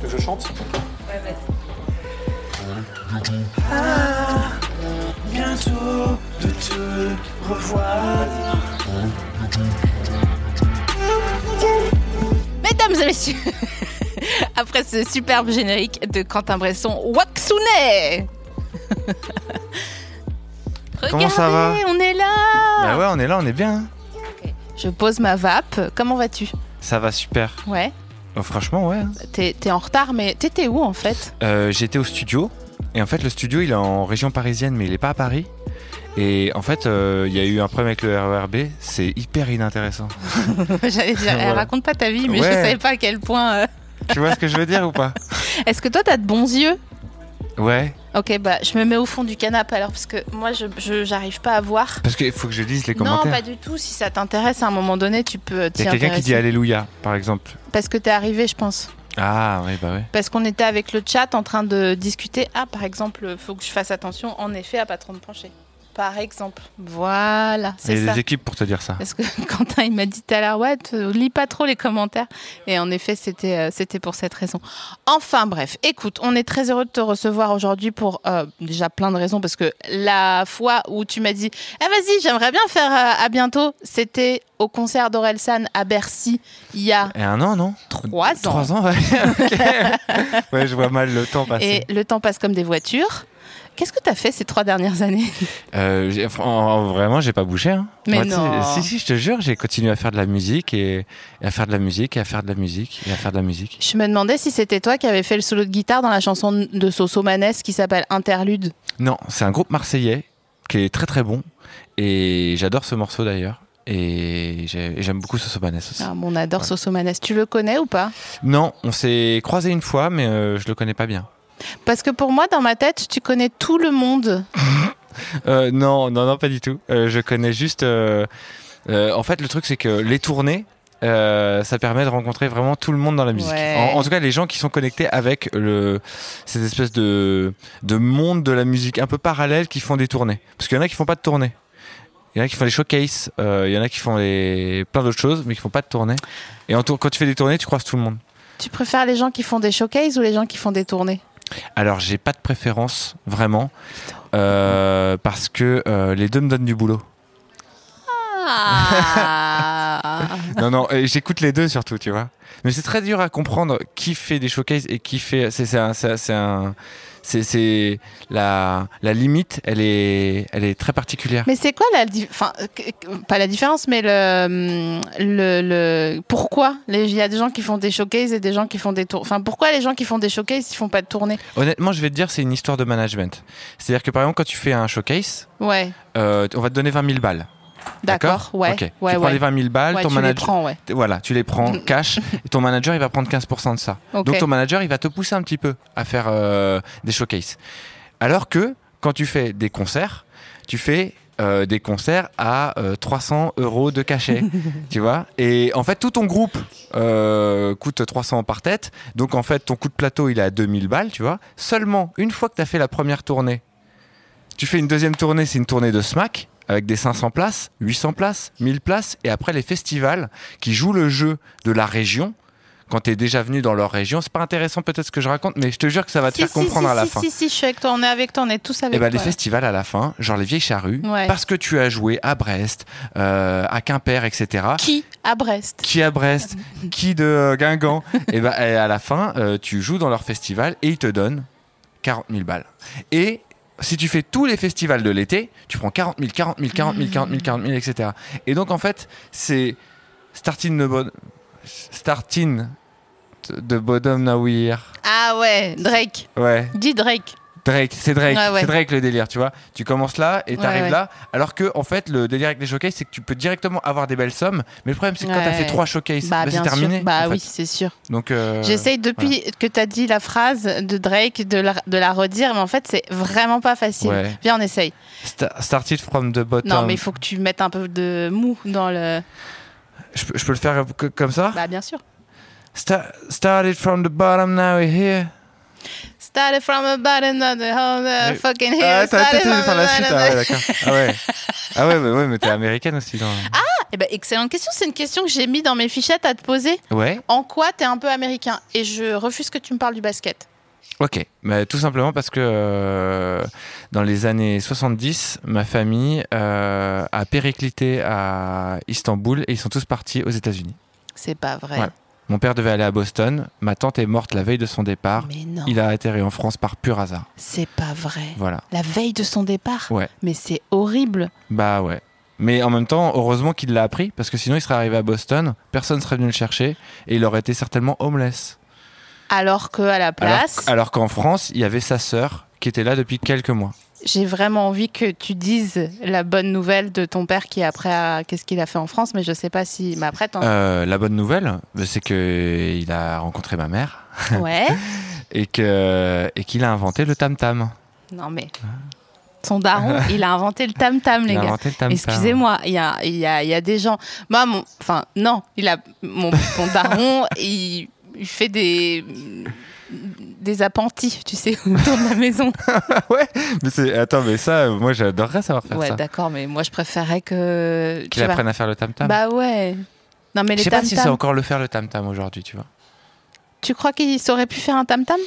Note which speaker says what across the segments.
Speaker 1: Que je chante
Speaker 2: bientôt de te revoir.
Speaker 3: Mesdames et messieurs, après ce superbe générique de Quentin Bresson, Waksune
Speaker 4: Comment ça va
Speaker 3: Regardez, on est là
Speaker 4: Bah ouais, on est là, on est bien.
Speaker 3: Je pose ma vape. Comment vas-tu
Speaker 4: Ça va super.
Speaker 3: Ouais,
Speaker 4: Oh, franchement, ouais.
Speaker 3: t'es t'es en retard, mais t'étais où en fait
Speaker 4: Euh, J'étais au studio. Et en fait, le studio, il est en région parisienne, mais il est pas à Paris. Et en fait, euh, il y a eu un problème avec le RERB. C'est hyper inintéressant.
Speaker 3: J'allais dire, elle
Speaker 4: Ouais.
Speaker 3: raconte pas ta vie, mais je
Speaker 4: Ouais.
Speaker 3: savais pas à quel point. euh.
Speaker 4: tu vois ce que je veux dire ou pas
Speaker 3: Est-ce que toi t'as de bons yeux
Speaker 4: Ouais.
Speaker 3: Ok, bah je me mets au fond du canapé alors parce que moi je je- j'arrive pas à voir.
Speaker 4: Parce qu'il faut que je lise les
Speaker 3: Non,
Speaker 4: commentaires.
Speaker 3: pas du tout. Si ça t'intéresse, à un moment donné, tu peux euh,
Speaker 4: il
Speaker 3: t'y
Speaker 4: y a quelqu'un qui dit
Speaker 3: intéresser.
Speaker 4: Alléluia, par exemple.
Speaker 3: Parce que t'es arrivé, je pense.
Speaker 4: Ah, ouais, bah ouais.
Speaker 3: Parce qu'on était avec le chat en train de discuter. Ah, par exemple, faut que je fasse attention, en effet, à pas trop me pencher. Par exemple. Voilà,
Speaker 4: Il y
Speaker 3: c'est
Speaker 4: a
Speaker 3: ça.
Speaker 4: des équipes pour te dire ça.
Speaker 3: Parce que Quentin, il m'a dit tout à l'heure, ouais, te- lis pas trop les commentaires. Et en effet, c'était euh, c'était pour cette raison. Enfin, bref, écoute, on est très heureux de te recevoir aujourd'hui pour euh, déjà plein de raisons. Parce que la fois où tu m'as dit, ah, vas-y, j'aimerais bien faire euh, à bientôt, c'était au concert d'Orelsan à Bercy il y a
Speaker 4: Et un an, non
Speaker 3: trois ans.
Speaker 4: Euh, Trois ans, ouais. Ok. ouais, je vois mal le temps passer.
Speaker 3: Et le temps passe comme des voitures. Qu'est-ce que tu as fait ces trois dernières années
Speaker 4: Euh, j'ai- fr- en- en- vraiment, j'ai pas bougé. Hein.
Speaker 3: Mais
Speaker 4: tu sais,
Speaker 3: non.
Speaker 4: Si, si, je te jure, j'ai continué à faire de la musique et, et à faire de la musique et à faire de la musique et à faire de la musique.
Speaker 3: Je me demandais si c'était toi qui avais fait le solo de guitare dans la chanson de Soso Manès qui s'appelle Interlude.
Speaker 4: Non, c'est un groupe marseillais qui est très très bon et j'adore ce morceau d'ailleurs. Et j'ai- et j'aime beaucoup Sosobanes aussi.
Speaker 3: Ah, bon, on adore
Speaker 4: Ouais.
Speaker 3: Soso Manès. Tu le connais ou pas
Speaker 4: Non, on s'est croisé une fois, mais euh, je le connais pas bien.
Speaker 3: Parce que pour moi, dans ma tête, tu connais tout le monde.
Speaker 4: Euh, non, non, non, pas du tout. Euh, je connais juste. euh, euh, en fait, le truc, c'est que les tournées. euh, ça permet de rencontrer vraiment tout le monde dans la musique.
Speaker 3: Ouais.
Speaker 4: En, en tout cas, les gens qui sont connectés avec le, cette espèce de, de monde de la musique un peu parallèle qui font des tournées. Parce qu'il y en a qui font pas de tournée. Il y en a qui font des showcases. euh, il y en a qui font des, plein d'autres choses, mais qui font pas de tournée. Et en tour, quand tu fais des tournées, tu croises tout le monde.
Speaker 3: Tu préfères les gens qui font des showcases ou les gens qui font des tournées
Speaker 4: Alors, j'ai pas de préférence vraiment, euh, parce que euh, les deux me donnent du boulot. non, non, euh, j'écoute les deux surtout, tu vois. Mais c'est très dur à comprendre qui fait des showcases et qui fait. C'est c'est un. c'est- C'est un- c'est- c'est- la, la limite, elle est, elle est très particulière.
Speaker 3: Mais c'est quoi la di- enfin euh, que- que- pas la différence mais le le, le- pourquoi les- il y a des gens qui font des showcases et des gens qui font des tours enfin pourquoi les gens qui font des showcases ils font pas de tournée
Speaker 4: Honnêtement, je vais te dire, c'est une histoire de management. C'est-à-dire que par exemple, quand tu fais un showcase,
Speaker 3: ouais
Speaker 4: euh, on va te donner 20 000 balles.
Speaker 3: d'accord ouais
Speaker 4: Ok.
Speaker 3: ouais
Speaker 4: tu prends
Speaker 3: ouais.
Speaker 4: les 20 000 balles,
Speaker 3: Ouais,
Speaker 4: ton
Speaker 3: tu les
Speaker 4: manager.
Speaker 3: prends ouais
Speaker 4: Voilà, tu les prends cash et ton manager il va prendre 15% de ça.
Speaker 3: Ok.
Speaker 4: Donc ton manager, il va te pousser un petit peu à faire euh, des showcases. Alors que quand tu fais des concerts, tu fais euh, des concerts à euh, 300 euros de cachet, tu vois. Et en fait, tout ton groupe euh, coûte 300 par tête. Donc en fait, ton coût de plateau, il est à 2000 balles, tu vois. Seulement, une fois que tu as fait la première tournée, tu fais une deuxième tournée, c'est une tournée de smack. Avec des 500 places, 800 places, 1000 places, et après les festivals qui jouent le jeu de la région, quand tu es déjà venu dans leur région. C'est pas intéressant peut-être ce que je raconte, mais je te jure que ça va te
Speaker 3: Si,
Speaker 4: faire
Speaker 3: si,
Speaker 4: comprendre
Speaker 3: si,
Speaker 4: à la
Speaker 3: si,
Speaker 4: fin.
Speaker 3: si si je suis avec toi on est avec toi on est tous avec
Speaker 4: et ben les
Speaker 3: toi
Speaker 4: festivals à la fin, genre les vieilles charrues,
Speaker 3: Ouais.
Speaker 4: parce que tu as joué à Brest, euh, à Quimper, etc.
Speaker 3: qui à Brest
Speaker 4: Qui à Brest, qui de euh, Guingamp, et ben et à la fin, euh, tu joues dans leur festival et ils te donnent 40 000 balles. Et si tu fais tous les festivals de l'été, tu prends 40 000, 40 000, 40 000, 40 000, 40 000, etc. Et donc en fait, c'est starting de bon, starting de Bodom Nawir.
Speaker 3: ah ouais Drake
Speaker 4: Ouais.
Speaker 3: dis Drake
Speaker 4: Drake, c'est Drake,
Speaker 3: Ouais, ouais.
Speaker 4: c'est Drake le délire, tu vois. Tu commences là et t'arrives
Speaker 3: ouais.
Speaker 4: là, alors que en fait le délire avec les showcases c'est que tu peux directement avoir des belles sommes, mais le problème c'est que quand
Speaker 3: Ouais.
Speaker 4: t'as fait trois showcases,
Speaker 3: Bah,
Speaker 4: bah, c'est
Speaker 3: bien
Speaker 4: terminé.
Speaker 3: sûr. Bah
Speaker 4: en fait.
Speaker 3: oui, c'est sûr.
Speaker 4: Donc euh,
Speaker 3: J'essaye depuis que tu as dit la phrase de Drake de la, de la redire, mais en fait, c'est vraiment pas facile.
Speaker 4: Ouais.
Speaker 3: Viens, on essaye.
Speaker 4: sta- started from the bottom.
Speaker 3: Non, mais il faut que tu mettes un peu de mou dans le.
Speaker 4: je, peux- je peux le faire que- comme ça.
Speaker 3: Bah, bien sûr.
Speaker 4: Sta- started from the bottom, now we're here.
Speaker 3: Started from a bottom, not the whole
Speaker 4: Mais-
Speaker 3: uh, fucking hill.
Speaker 4: Ah, t'as
Speaker 3: started
Speaker 4: t'as- t'as-
Speaker 3: from
Speaker 4: enfin,
Speaker 3: a
Speaker 4: la suite, ah
Speaker 3: bottom.
Speaker 4: ouais, d'accord. Ah ouais, ah ouais, mais, ouais, mais t'es américaine aussi. Dans...
Speaker 3: Eh ben, excellente question. C'est une question que j'ai mis dans mes fichettes à te poser.
Speaker 4: ouais.
Speaker 3: En quoi t'es un peu américain Et je refuse que tu me parles du basket.
Speaker 4: Ok, mais tout simplement parce que euh, dans les années 70, ma famille euh, a périclité à Istanbul et ils sont tous partis aux États-Unis.
Speaker 3: C'est pas vrai.
Speaker 4: Ouais. Mon père devait aller à Boston, ma tante est morte la veille de son départ,
Speaker 3: Mais non,
Speaker 4: il a atterri en France par pur hasard.
Speaker 3: c'est pas vrai.
Speaker 4: Voilà.
Speaker 3: La veille de son départ
Speaker 4: Ouais.
Speaker 3: Mais c'est horrible.
Speaker 4: Bah ouais. Mais en même temps, heureusement qu'il l'a appris parce que sinon il serait arrivé à Boston, personne serait venu le chercher et il aurait été certainement homeless.
Speaker 3: Alors que à la
Speaker 4: Alors-
Speaker 3: place.
Speaker 4: alors qu'en France, il y avait sa sœur qui était là depuis quelques mois.
Speaker 3: J'ai vraiment envie que tu dises la bonne nouvelle de ton père qui après a- qu'est-ce qu'il a fait en France, mais je sais pas hein. si. Mais après, t'en-
Speaker 4: Euh, la bonne nouvelle, bah, c'est que il a rencontré ma mère
Speaker 3: ouais.
Speaker 4: et que et qu'il a inventé le tam tam.
Speaker 3: Non mais son daron, il a inventé le tam tam, les
Speaker 4: Il a
Speaker 3: gars.
Speaker 4: inventé le tam tam.
Speaker 3: Excusez-moi, il y a, il y, a, il y a des gens. Moi, mon, enfin non, il a mon, mon daron, il, il fait des des apprentis, tu sais, autour de la maison.
Speaker 4: Mais c'est- attends, mais ça, euh, moi j'adorerais savoir faire
Speaker 3: ouais,
Speaker 4: ça.
Speaker 3: d'accord, mais moi je préférais que tu
Speaker 4: Qu'il
Speaker 3: vois.
Speaker 4: apprenne à faire le tam tam.
Speaker 3: Bah ouais. Non mais
Speaker 4: Je
Speaker 3: les
Speaker 4: sais
Speaker 3: tam
Speaker 4: pas si c'est encore le faire le tam tam aujourd'hui, tu vois.
Speaker 3: Tu crois qu'il aurait pu faire un tam tam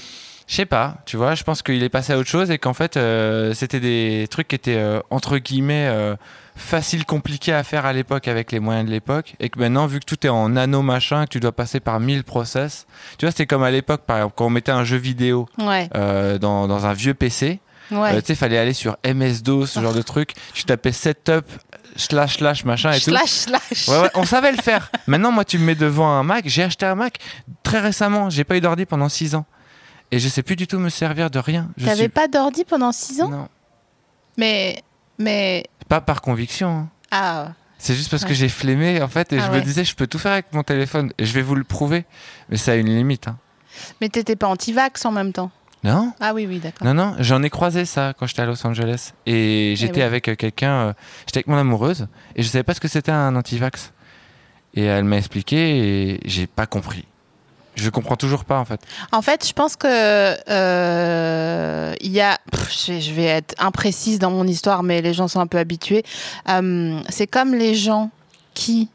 Speaker 4: Je sais pas, tu vois. Je pense qu'il est passé à autre chose et qu'en fait euh, c'était des trucs qui étaient euh, entre guillemets euh, faciles, compliqués à faire à l'époque avec les moyens de l'époque et que maintenant vu que tout est en nano machin, que tu dois passer par 1000 process. Tu vois, c'était comme à l'époque par exemple quand on mettait un jeu vidéo.
Speaker 3: Ouais.
Speaker 4: euh, dans, dans un vieux PC.
Speaker 3: Ouais.
Speaker 4: Euh, tu sais, fallait aller sur MS-DOS, ce genre de truc. Tu tapais setup, slash, slash, machin et
Speaker 3: slash, slash.
Speaker 4: tout. Ouais, ouais, on savait le faire. Maintenant, moi, tu me mets devant un Mac. J'ai acheté un Mac très récemment. J'ai pas eu d'ordi pendant 6 ans. Et je sais plus du tout me servir de rien. Je
Speaker 3: T'avais
Speaker 4: suis-
Speaker 3: pas d'ordi pendant 6 ans
Speaker 4: Non.
Speaker 3: Mais. Mais.
Speaker 4: Pas par conviction. hein.
Speaker 3: Ah.
Speaker 4: C'est juste parce
Speaker 3: Ouais.
Speaker 4: que j'ai flémé, en fait, et
Speaker 3: Ah
Speaker 4: je
Speaker 3: ouais.
Speaker 4: me disais, je peux tout faire avec mon téléphone. Et je vais vous le prouver. Mais ça a une limite. hein.
Speaker 3: Mais t'étais pas anti-vax en même temps.
Speaker 4: Non?
Speaker 3: Ah oui, oui, d'accord.
Speaker 4: Non, non, j'en ai croisé ça quand j'étais à Los Angeles. Et j'étais
Speaker 3: Eh oui.
Speaker 4: avec euh, quelqu'un, euh, j'étais avec mon amoureuse, et je savais pas ce que c'était un antivax. Et elle m'a expliqué, et j'ai pas compris. Je comprends toujours pas, en fait.
Speaker 3: En fait, je pense que. euh, Il y a. Pff, je je vais être imprécise dans mon histoire, mais les gens sont un peu habitués. Euh, C'est comme les gens qui.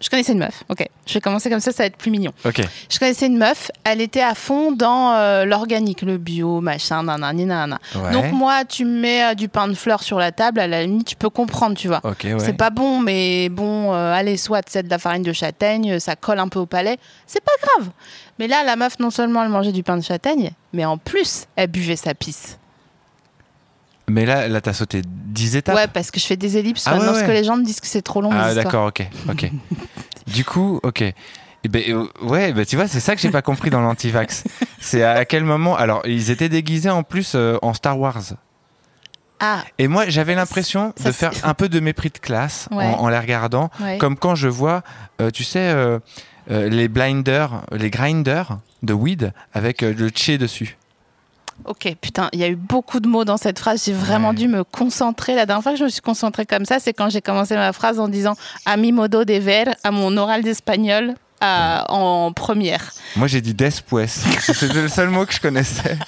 Speaker 3: Je connaissais une meuf, ok. Je vais commencer comme ça, ça va être plus mignon.
Speaker 4: Ok.
Speaker 3: Je connaissais une meuf, elle était à fond dans euh, l'organique, le bio, machin, nanani, nanana. Donc moi, tu me mets euh, du pain de fleurs sur la table, à la limite, je peux comprendre, tu vois.
Speaker 4: ok, ouais.
Speaker 3: C'est pas bon, mais bon, euh, allez, soit c'est de la farine de châtaigne, ça colle un peu au palais, c'est pas grave. Mais là, la meuf, non seulement elle mangeait du pain de châtaigne, mais en plus, elle buvait sa pisse.
Speaker 4: Mais là, là t'as sauté 10 étapes.
Speaker 3: Ouais, parce que je fais des ellipses
Speaker 4: Ah ouais,
Speaker 3: maintenant, parce
Speaker 4: ouais.
Speaker 3: que les gens me disent que c'est trop long. mes
Speaker 4: ah,
Speaker 3: histoires.
Speaker 4: d'accord, ok, ok. du coup, ok. Eh ben, euh, ouais, bah, tu vois, c'est ça que j'ai pas compris dans l'antivax. C'est à quel moment. Alors, ils étaient déguisés en plus euh, en Star Wars.
Speaker 3: Ah,
Speaker 4: Et moi, j'avais l'impression
Speaker 3: Ça,
Speaker 4: de faire
Speaker 3: c'est-
Speaker 4: un peu de mépris de classe en-
Speaker 3: Ouais.
Speaker 4: en, les regardant,
Speaker 3: ouais.
Speaker 4: comme quand je vois, euh, tu sais, euh, euh, les blinders, les grinders de weed avec euh, le tché dessus.
Speaker 3: Ok, putain, il y a eu beaucoup de mots dans cette phrase. J'ai vraiment
Speaker 4: Ouais.
Speaker 3: dû me concentrer. La dernière fois que je me suis concentrée comme ça, c'est quand j'ai commencé ma phrase en disant à mi modo de ver, à mon oral d'espagnol à- en première.
Speaker 4: Moi, j'ai dit después. C'était le seul mot que je connaissais.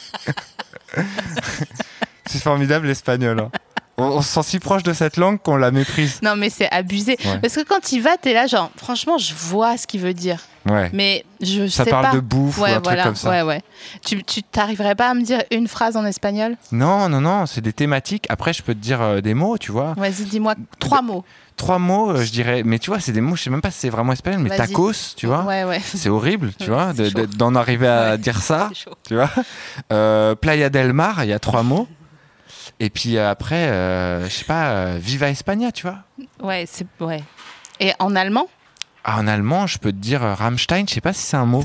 Speaker 4: c'est formidable l'espagnol. hein. On, on se sent si proche de cette langue qu'on la méprise.
Speaker 3: Non, mais c'est abusé.
Speaker 4: Ouais.
Speaker 3: Parce que quand il va, t'es là, genre, franchement, je vois ce qu'il veut dire.
Speaker 4: Ouais.
Speaker 3: Mais je
Speaker 4: Ça
Speaker 3: sais
Speaker 4: parle
Speaker 3: pas.
Speaker 4: de bouffe ou
Speaker 3: ouais,
Speaker 4: un
Speaker 3: voilà,
Speaker 4: truc comme ça.
Speaker 3: ouais, ouais. Tu tu t'arriverais pas à me dire une phrase en espagnol
Speaker 4: Non, non, non, c'est des thématiques. Après, je peux te dire euh, des mots, tu vois.
Speaker 3: Vas-y, dis-moi trois mots.
Speaker 4: Trois mots, euh, je dirais. Mais tu vois, c'est des mots, je sais même pas si c'est vraiment espagnol, mais
Speaker 3: Vas-y.
Speaker 4: tacos, tu vois.
Speaker 3: Ouais, ouais.
Speaker 4: C'est horrible,
Speaker 3: Ouais,
Speaker 4: tu vois,
Speaker 3: c'est
Speaker 4: de-
Speaker 3: chaud.
Speaker 4: de- d'en arriver à
Speaker 3: Ouais,
Speaker 4: dire ça.
Speaker 3: C'est chaud.
Speaker 4: Tu vois Euh, Playa del Mar, il y a trois mots. Et puis euh, après, euh, je sais pas, euh, Viva España, tu vois.
Speaker 3: Ouais, c'est ouais. Et en allemand
Speaker 4: Ah, en allemand, je peux te dire euh, Rammstein, je sais pas si c'est un mot.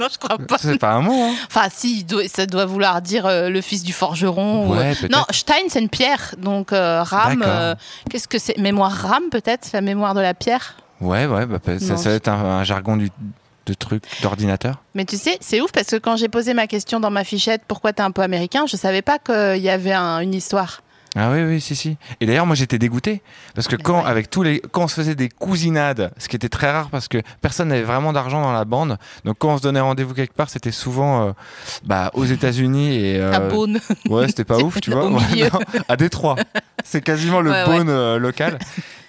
Speaker 3: non, je crois pas.
Speaker 4: C'est pas un mot. hein.
Speaker 3: Enfin, si, il doit- ça doit vouloir dire euh, le fils du forgeron. ou- euh,
Speaker 4: Ouais, peut-être.
Speaker 3: Non, Stein, c'est une pierre. Donc, euh, rame,
Speaker 4: D'accord.
Speaker 3: euh, qu'est-ce que c'est Mémoire rame, peut-être La mémoire de la pierre
Speaker 4: Ouais, ouais, bah, peut- ça,
Speaker 3: Non,
Speaker 4: ça doit être un, un jargon du, de truc d'ordinateur.
Speaker 3: Mais tu sais, c'est ouf parce que quand j'ai posé ma question dans ma fichette, pourquoi t'es un peu américain, je savais pas qu'il y avait un- une histoire.
Speaker 4: Ah oui, oui, si, si. Et d'ailleurs, moi, j'étais dégoûté. Parce que
Speaker 3: Mais
Speaker 4: quand,
Speaker 3: Ah ouais.
Speaker 4: avec tous les, quand on se faisait des cousinades, ce qui était très rare parce que personne n'avait vraiment d'argent dans la bande. Donc, quand on se donnait rendez-vous quelque part, c'était souvent euh, bah, aux États-Unis et. euh,
Speaker 3: Un Beaune.
Speaker 4: Ouais, c'était pas ouf, tu vois.
Speaker 3: Au
Speaker 4: Ouais,
Speaker 3: milieu.
Speaker 4: non, à Détroit. C'est quasiment le
Speaker 3: Ouais, ouais.
Speaker 4: bone euh, local.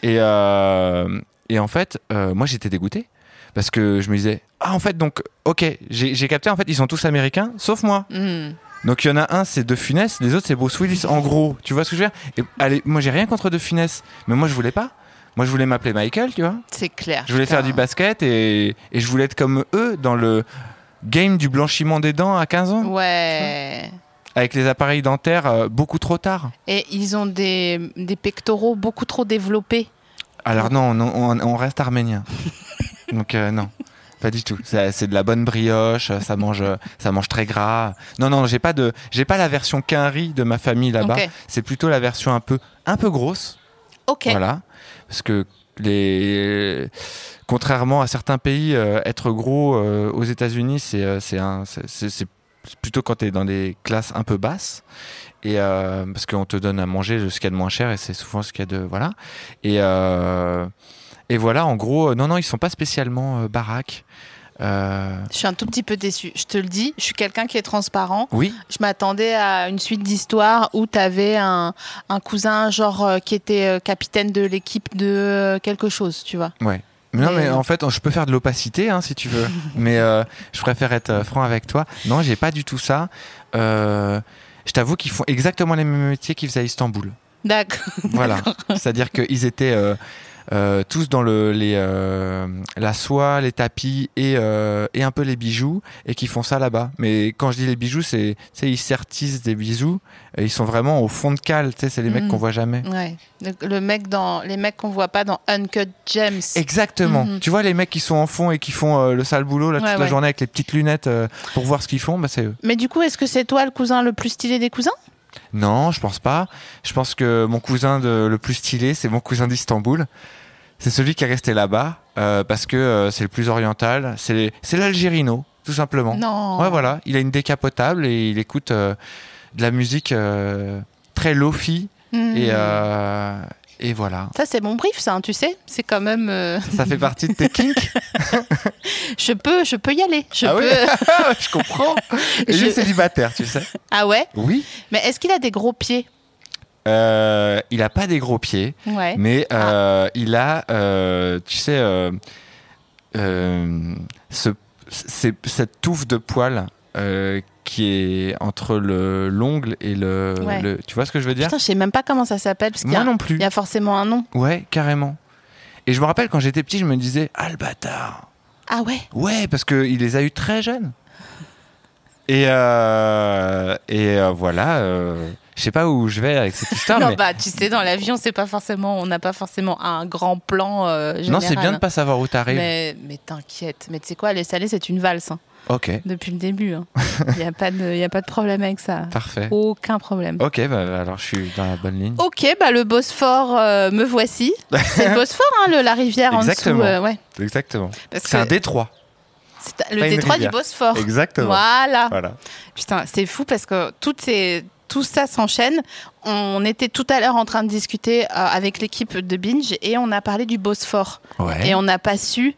Speaker 4: Et, euh, et en fait, euh, moi, j'étais dégoûté. Parce que je me disais, ah, en fait, donc, ok, j'ai j'ai capté, en fait, ils sont tous américains, sauf moi.
Speaker 3: Hmm.
Speaker 4: Donc il y en a un, c'est De Funès, les autres, c'est Bruce Willis. En gros, tu vois ce que je veux dire Et, allez, Moi, j'ai rien contre De Funès, mais moi, je voulais pas. Moi, je voulais m'appeler Michael, tu vois.
Speaker 3: C'est clair.
Speaker 4: Je voulais
Speaker 3: putain.
Speaker 4: faire du basket et, et je voulais être comme eux dans le game du blanchiment des dents à 15 ans,
Speaker 3: Ouais.
Speaker 4: avec les appareils dentaires euh, beaucoup trop tard.
Speaker 3: Et ils ont des, des pectoraux beaucoup trop développés.
Speaker 4: Alors non, on, on- on reste arménien. Donc euh, non, pas du tout. Ça- C'est de la bonne brioche, euh, ça mange, ça mange très gras. Non, non, j'ai pas de, j'ai pas la version qu'un riz de ma famille là-bas.
Speaker 3: Ok.
Speaker 4: C'est plutôt la version un peu, un peu grosse.
Speaker 3: Ok.
Speaker 4: Voilà. Parce que les... contrairement à certains pays, euh, être gros euh, aux États-Unis, c'est euh, c'est un- c'est- c'est- c'est plutôt quand tu es dans des classes un peu basses. Et euh, parce qu'on te donne à manger ce qu'il y a de moins cher et c'est souvent ce qu'il y a de. Voilà. Et, euh, et voilà, en gros, euh, non, non, ils sont pas spécialement euh, baraques. Euh,
Speaker 3: Je suis un tout petit peu déçue. Je te le dis, je suis quelqu'un qui est transparent.
Speaker 4: oui,
Speaker 3: Je m'attendais à une suite d'histoires où tu avais un, un cousin genre euh, qui était euh, capitaine de l'équipe de euh, quelque chose, tu vois.
Speaker 4: Mais non,
Speaker 3: Mais-
Speaker 4: mais en fait, je peux faire de l'opacité hein, si tu veux, mais euh, je préfère être euh, franc avec toi. Non, j'ai pas du tout ça. Euh, je t'avoue qu'ils font exactement les mêmes métiers qu'ils faisaient à Istanbul.
Speaker 3: D'accord.
Speaker 4: Voilà. C'est-à-dire qu'ils étaient euh, euh, tous dans le, les, euh, la soie, les tapis et, euh, et un peu les bijoux et qui font ça là-bas. Mais quand je dis les bijoux, c'est tu sais, ils sertissent des bijoux. Et ils sont vraiment au fond de cale. Tu sais, c'est les mecs
Speaker 3: Mhm.
Speaker 4: qu'on voit jamais.
Speaker 3: Ouais. Le, le mec dans les mecs qu'on voit pas dans Uncut Gems.
Speaker 4: Exactement.
Speaker 3: Mhm.
Speaker 4: Tu vois les mecs qui sont en fond et qui font euh, le sale boulot là,
Speaker 3: Ouais,
Speaker 4: toute la
Speaker 3: ouais.
Speaker 4: journée avec les petites lunettes euh, pour voir ce qu'ils font, bah, c'est eux.
Speaker 3: Mais du coup, est-ce que c'est toi le cousin le plus stylé des cousins
Speaker 4: Non, je pense pas. Je pense que mon cousin de- le plus stylé, c'est mon cousin d'Istanbul. C'est celui qui est resté là-bas euh, parce que euh, c'est le plus oriental. C'est c'est l'Algérino, tout simplement.
Speaker 3: Non.
Speaker 4: Ouais, voilà. Il a une décapotable et il écoute euh, de la musique euh, très lofi
Speaker 3: Hmm.
Speaker 4: et euh, et voilà.
Speaker 3: Ça c'est mon brief, ça, hein, tu sais. C'est quand même. euh,
Speaker 4: Ça fait partie de tes kinks.
Speaker 3: Je peux, je peux y aller. Je
Speaker 4: ah
Speaker 3: peux.
Speaker 4: oui, je comprends. Et lui
Speaker 3: Je-
Speaker 4: célibataire, tu sais.
Speaker 3: ah ouais.
Speaker 4: Oui.
Speaker 3: Mais est-ce qu'il a des gros pieds
Speaker 4: Euh, il a pas des gros pieds,
Speaker 3: Ouais.
Speaker 4: mais
Speaker 3: Ah.
Speaker 4: euh, il a, euh, tu sais, euh, euh, ce- c'est- cette touffe de poils euh, qui est entre le l'ongle et le,
Speaker 3: Ouais.
Speaker 4: le- Tu vois ce que je veux dire
Speaker 3: Putain, je sais même pas comment ça s'appelle parce qu'il y,
Speaker 4: Moi
Speaker 3: a-
Speaker 4: non plus.
Speaker 3: il y a forcément un nom.
Speaker 4: Ouais, carrément. Et je me rappelle quand j'étais petit, je me disais, ah le bâtard.
Speaker 3: Ah ouais.
Speaker 4: Ouais, parce qu'il les a eu très jeunes. Et, euh, et euh, voilà, euh, je sais pas où je vais avec cette histoire,
Speaker 3: non
Speaker 4: mais
Speaker 3: bah tu sais dans l'avion c'est pas forcément on n'a pas forcément un grand plan euh, général.
Speaker 4: non, c'est bien de
Speaker 3: hein.
Speaker 4: pas savoir où t'arrives.
Speaker 3: Mais, mais t'inquiète, mais tu sais quoi, les salés c'est une valse hein,
Speaker 4: Ok,
Speaker 3: depuis le début. Il n'y a, pas de- y a pas de problème avec ça.
Speaker 4: parfait.
Speaker 3: Aucun problème.
Speaker 4: Ok, bah, alors je suis dans la bonne ligne.
Speaker 3: Ok, bah le Bosphore, euh, me voici. C'est le Bosphore, hein, le- la rivière
Speaker 4: Exactement.
Speaker 3: en dessous. euh, ouais.
Speaker 4: Exactement.
Speaker 3: Parce
Speaker 4: C'est un
Speaker 3: que Oh,
Speaker 4: détroit.
Speaker 3: c'est le
Speaker 4: pas une
Speaker 3: détroit du
Speaker 4: rivière.
Speaker 3: Bosphore.
Speaker 4: Exactement.
Speaker 3: Voilà.
Speaker 4: Voilà.
Speaker 3: Putain, c'est fou parce que toutes ces- tout ça s'enchaîne. On était tout à l'heure en train de discuter euh, avec l'équipe de Binge et on a parlé du Bosphore.
Speaker 4: Ouais.
Speaker 3: Et on n'a pas su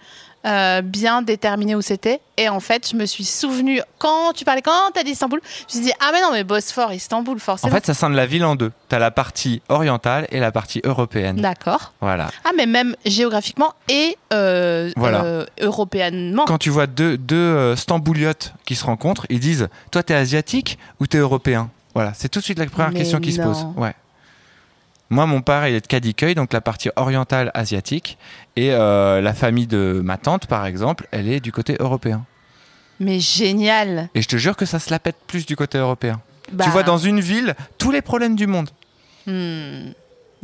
Speaker 3: euh, bien déterminer où c'était. Et en fait, je me suis souvenu quand tu parlais, quand t'as dit Istanbul, je me suis dit, ah mais non, mais Bosphore, Istanbul,
Speaker 4: En
Speaker 3: forcément.
Speaker 4: fait, ça scinde la ville en deux. T'as la partie orientale et la partie européenne.
Speaker 3: D'accord.
Speaker 4: Voilà.
Speaker 3: Ah, mais même géographiquement et euh,
Speaker 4: Voilà.
Speaker 3: euh, européennement.
Speaker 4: Quand tu vois deux, deux euh, stambouliotes qui se rencontrent, ils disent Toi, t'es asiatique ou t'es européen Voilà, c'est tout de suite la première
Speaker 3: Mais
Speaker 4: question qui se pose.
Speaker 3: non.
Speaker 4: Ouais. Moi, mon père, il est de Kadikoy, donc la partie orientale asiatique. Et euh, la famille de ma tante, par exemple, elle est du côté européen.
Speaker 3: Mais génial.
Speaker 4: Et je te jure que ça se la pète plus du côté européen.
Speaker 3: Bah,
Speaker 4: Tu vois dans une ville tous les problèmes du monde.
Speaker 3: hmm.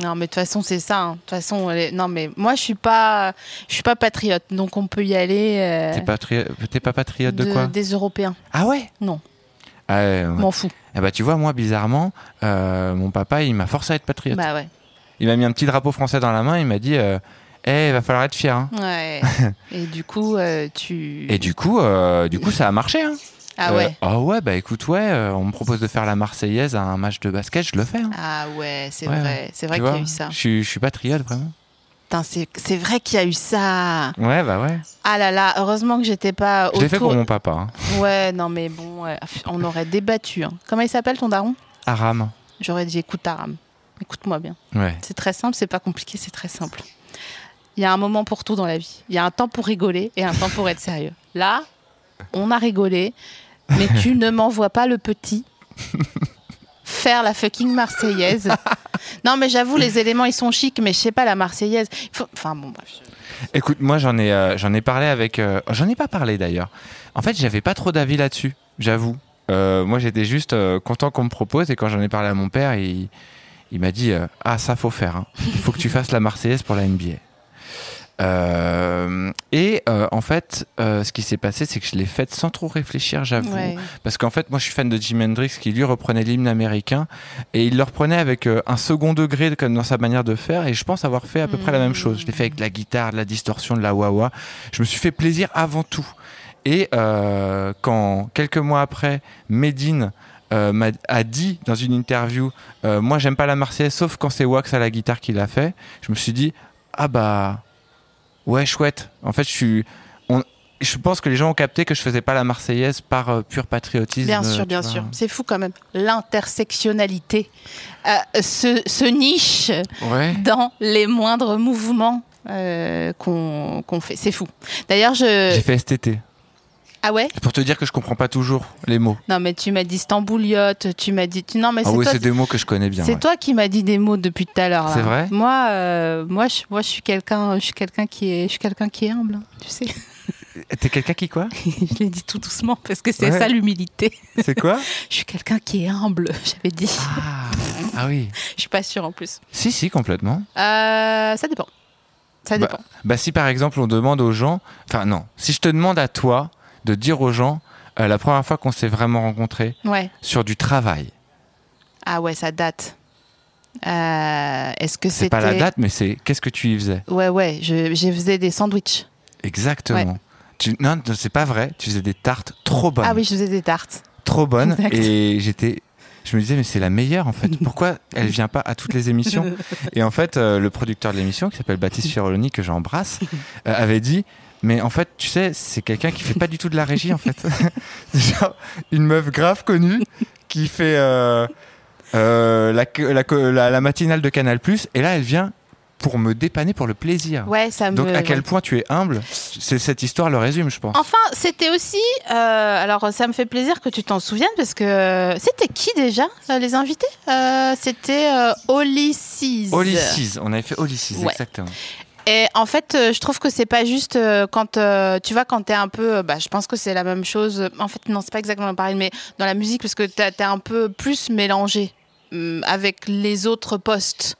Speaker 3: Non, mais de toute façon, c'est ça. hein. De toute façon, les- non, mais moi, je suis pas, je suis pas patriote, donc on peut y aller. euh,
Speaker 4: T'es, patri- t'es pas patriote de,
Speaker 3: de-
Speaker 4: quoi
Speaker 3: Des Européens.
Speaker 4: Ah ouais
Speaker 3: Non.
Speaker 4: Ah ouais, ouais.
Speaker 3: M'en fous.
Speaker 4: Eh bah tu vois, moi, bizarrement, euh, mon papa, il m'a forcé à être patriote.
Speaker 3: Bah ouais.
Speaker 4: Il m'a mis un petit drapeau français dans la main, il m'a dit euh, Eh, il va falloir être fier. hein.
Speaker 3: Bah, Ouais. Et du coup, euh, tu.
Speaker 4: Et du coup, euh, du coup, ça a marché. Hein.
Speaker 3: Ah
Speaker 4: Euh,
Speaker 3: ouais.
Speaker 4: Ah ouais, bah écoute, ouais, euh, on me propose de faire la Marseillaise à un match de basket, je le fais. hein.
Speaker 3: Ah ouais, c'est
Speaker 4: Ouais,
Speaker 3: vrai. C'est vrai
Speaker 4: Tu
Speaker 3: qu'il y a
Speaker 4: vois
Speaker 3: eu ça.
Speaker 4: Je, suis- je suis patriote, vraiment.
Speaker 3: Putain, c'est c'est vrai qu'il y a eu ça.
Speaker 4: Ouais, bah ouais.
Speaker 3: Ah là là, heureusement que j'étais pas
Speaker 4: Je l'ai fait
Speaker 3: autour.
Speaker 4: pour mon papa. hein.
Speaker 3: Ouais, non mais bon, ouais, on aurait débattu. hein. Comment il s'appelle ton daron
Speaker 4: Aram.
Speaker 3: J'aurais dit écoute Aram. Écoute-moi bien.
Speaker 4: Ouais.
Speaker 3: C'est très simple, c'est pas compliqué, c'est très simple. Il y a un moment pour tout dans la vie. Il y a un temps pour rigoler et un temps pour être sérieux. Là, on a rigolé, mais tu ne m'envoies pas le petit faire la fucking Marseillaise. Non, mais j'avoue, les éléments, ils sont chics, mais je sais pas, la Marseillaise. il faut- Enfin, bon, bref.
Speaker 4: Écoute, moi j'en ai, euh, j'en ai parlé avec. euh, j'en ai pas parlé d'ailleurs. En fait, j'avais pas trop d'avis là-dessus, j'avoue. Euh, moi j'étais juste euh, content qu'on me propose et quand j'en ai parlé à mon père, il, il m'a dit euh, Ah, ça faut faire. hein. Il faut que tu fasses la Marseillaise pour la NBA. Euh, et euh, en fait, euh, ce qui s'est passé, c'est que je l'ai faite sans trop réfléchir, j'avoue.
Speaker 3: Ouais.
Speaker 4: Parce qu'en fait, moi, je suis fan de Jimi Hendrix qui lui reprenait l'hymne américain et il le reprenait avec euh, un second degré comme dans sa manière de faire. Et je pense avoir fait à peu près la même chose. Je l'ai fait avec de la guitare, de la distorsion, de la wah-wah. Je me suis fait plaisir avant tout. Et euh, quand quelques mois après, Medine euh, m'a a dit dans une interview, euh, moi, j'aime pas la Marseillaise sauf quand c'est Wax à la guitare qui l'a fait. Je me suis dit, ah bah ouais, chouette. En fait, je suis on- je pense que les gens ont capté que je faisais pas la Marseillaise par euh, pur patriotisme.
Speaker 3: Bien
Speaker 4: euh,
Speaker 3: sûr,
Speaker 4: tu
Speaker 3: bien
Speaker 4: vois.
Speaker 3: sûr. C'est fou quand même. L'intersectionnalité euh, se, se niche
Speaker 4: Ouais.
Speaker 3: dans les moindres mouvements euh, qu'on qu'on fait. C'est fou. D'ailleurs, je.
Speaker 4: J'ai fait STT.
Speaker 3: Ah ouais
Speaker 4: C'est Pour te dire que je comprends pas toujours les mots.
Speaker 3: Non, mais tu m'as dit stambouliote, tu m'as dit. tu- Non, mais
Speaker 4: Ah
Speaker 3: c'est
Speaker 4: oui,
Speaker 3: toi.
Speaker 4: c'est des mots que je connais bien.
Speaker 3: c'est
Speaker 4: ouais.
Speaker 3: toi qui m'as dit des mots depuis tout à l'heure. là.
Speaker 4: C'est vrai
Speaker 3: Moi, euh, moi, je, moi, je suis quelqu'un, je suis quelqu'un qui est, je suis quelqu'un qui est humble. hein, tu sais,
Speaker 4: T'es quelqu'un qui quoi
Speaker 3: je l'ai dit tout doucement parce que c'est
Speaker 4: Ouais.
Speaker 3: ça l'humilité.
Speaker 4: C'est quoi
Speaker 3: Je suis quelqu'un qui est humble. J'avais dit.
Speaker 4: ah, ah oui.
Speaker 3: Je suis pas sûre en plus.
Speaker 4: Si, si, complètement.
Speaker 3: Euh, ça dépend. Ça
Speaker 4: Bah,
Speaker 3: dépend.
Speaker 4: Bah si par exemple on demande aux gens, enfin non, si je te demande à toi de dire aux gens euh, la première fois qu'on s'est vraiment rencontrés
Speaker 3: Ouais.
Speaker 4: sur du travail.
Speaker 3: Ah ouais, ça date. Euh, Est-ce que c'était
Speaker 4: C'est pas la date, mais c'est qu'est-ce que tu y faisais
Speaker 3: Ouais, ouais. Je, je faisais des sandwichs.
Speaker 4: Exactement. Tu, non, non, c'est pas vrai. Tu faisais des tartes trop bonnes.
Speaker 3: Ah oui, je faisais des tartes.
Speaker 4: Trop bonnes.
Speaker 3: Exact.
Speaker 4: Et j'étais. Je me disais, mais c'est la meilleure en fait. Pourquoi elle vient pas à toutes les émissions Et en fait, euh, le producteur de l'émission, qui s'appelle Baptiste Chiroloni, que j'embrasse, euh, avait dit Mais en fait, tu sais, c'est quelqu'un qui fait pas du tout de la régie en fait. Genre, une meuf grave connue qui fait euh, euh, la, la- la- la matinale de Canal, et là, elle vient pour me dépanner pour le plaisir.
Speaker 3: Ouais, ça me.
Speaker 4: Ah. Donc à
Speaker 3: ouais.
Speaker 4: quel point tu es humble, c'est cette histoire le résume, je pense.
Speaker 3: Enfin, c'était aussi. euh, alors, ça me fait plaisir que tu t'en souviennes parce que euh, c'était qui déjà euh, les invités Euh, C'était euh, Olysses.
Speaker 4: Olysses, on avait fait Olysses,
Speaker 3: Ouais.
Speaker 4: exactement.
Speaker 3: Et en fait, euh, je trouve que c'est pas juste euh, quand euh, tu vois quand t'es un peu, euh, bah, je pense que c'est la même chose. En fait, non, c'est pas exactement pareil, mais dans la musique, parce que t'as- t'es un peu plus mélangé hum, avec les autres postes.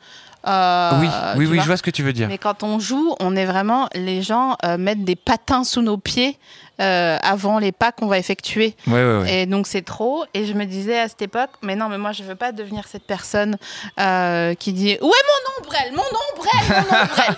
Speaker 3: Euh,
Speaker 4: oui, oui,
Speaker 3: tu
Speaker 4: oui,
Speaker 3: vois.
Speaker 4: je vois ce que tu veux dire.
Speaker 3: Mais quand on joue, on est vraiment les gens euh, mettent des patins sous nos pieds euh, avant les pas qu'on va effectuer.
Speaker 4: Ouais, ouais, ouais.
Speaker 3: Et donc c'est trop. Et je me disais à cette époque, mais non, mais moi je veux pas devenir cette personne euh, qui dit ouais mon ombrelle, mon ombrelle, mon ombrelle.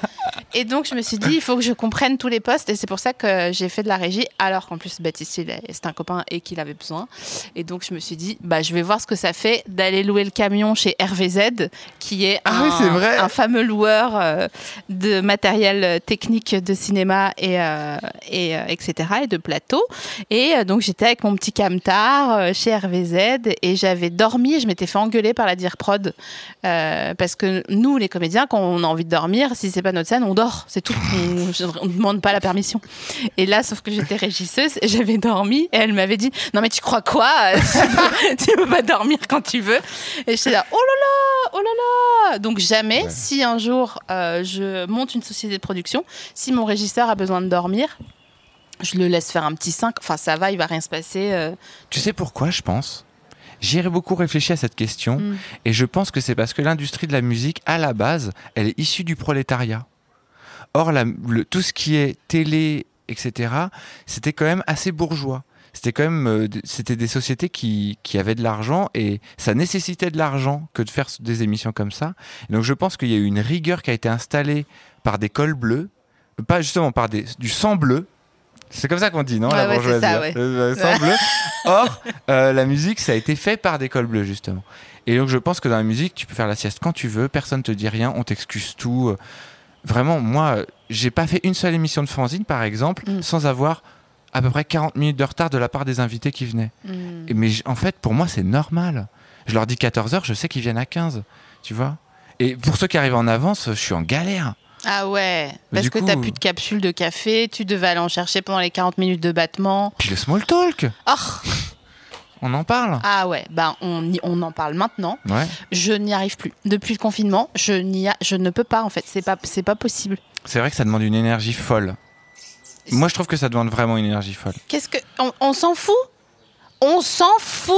Speaker 3: et donc je me suis dit il faut que je comprenne tous les postes et c'est pour ça que j'ai fait de la régie. Alors qu'en plus Baptiste il est- c'est un copain et qu'il avait besoin. Et donc je me suis dit bah je vais voir ce que ça fait d'aller louer le camion chez RVZ qui est
Speaker 4: Ah
Speaker 3: un,
Speaker 4: oui, c'est vrai.
Speaker 3: un fameux loueur euh, de matériel euh, technique de cinéma et, euh, et euh, etc et de plateau. Et euh, donc j'étais avec mon petit camtar euh, chez RVZ et j'avais dormi et je m'étais fait engueuler par la dire prod euh, parce que nous les comédiens quand on a envie de dormir si c'est pas notre scène on dort c'est tout on, ne demande pas la permission et là sauf que j'étais régisseuse et j'avais dormi et elle m'avait dit non mais tu crois quoi Euh, tu, peux, tu peux pas dormir quand tu veux et j'étais là oh là là oh là là donc jamais
Speaker 4: Ouais.
Speaker 3: si un jour euh, je monte une société de production si mon régisseur a besoin de dormir je le laisse faire un petit 5. Enfin, ça va, il va rien se passer. euh.
Speaker 4: Tu sais pourquoi je pense J'y ai beaucoup réfléchi à cette question
Speaker 3: Mm.
Speaker 4: et je pense que c'est parce que l'industrie de la musique, à la base, elle est issue du prolétariat. Or, la- le- tout ce qui est télé, etc., c'était quand même assez bourgeois. C'était quand même, euh, de- c'était des sociétés qui, qui avaient de l'argent et ça nécessitait de l'argent que de faire des émissions comme ça. Et donc, je pense qu'il y a eu une rigueur qui a été installée par des cols bleus, pas justement par des, du sang bleu. C'est comme ça qu'on dit, non
Speaker 3: Ouais,
Speaker 4: la
Speaker 3: ouais, c'est
Speaker 4: bourgeoisie,
Speaker 3: ça,
Speaker 4: hein
Speaker 3: ouais.
Speaker 4: Le- le sang bleu. Or, euh, la musique, ça a été fait par des cols bleus justement. Et donc, je pense que dans la musique, tu peux faire la sieste quand tu veux, personne te dit rien, on t'excuse tout. Vraiment, moi, euh, j'ai pas fait une seule émission de fanzine, par exemple,
Speaker 3: Mm.
Speaker 4: sans avoir à peu près 40 minutes de retard de la part des invités qui venaient.
Speaker 3: Mm.
Speaker 4: Et- Mais j- en fait, pour moi, c'est normal. Je leur dis 14h, je sais qu'ils viennent à 15, tu vois. Et pour ceux qui arrivent en avance, je suis en galère.
Speaker 3: Ah ouais,
Speaker 4: Mais
Speaker 3: parce
Speaker 4: du
Speaker 3: que
Speaker 4: coup-
Speaker 3: t'as plus de capsules de café, tu devais aller en chercher pendant les 40 minutes de battement.
Speaker 4: Puis le small talk,
Speaker 3: Oh
Speaker 4: on en parle.
Speaker 3: ah ouais, ben on, y- on en parle maintenant.
Speaker 4: Ouais.
Speaker 3: Je n'y arrive plus. Depuis le confinement, je n'y a- je ne peux pas en fait. C'est pas c'est pas possible.
Speaker 4: C'est vrai que ça demande une énergie folle. Moi, je trouve que ça demande vraiment une énergie folle.
Speaker 3: Qu'est-ce que on, on s'en fout On s'en fout.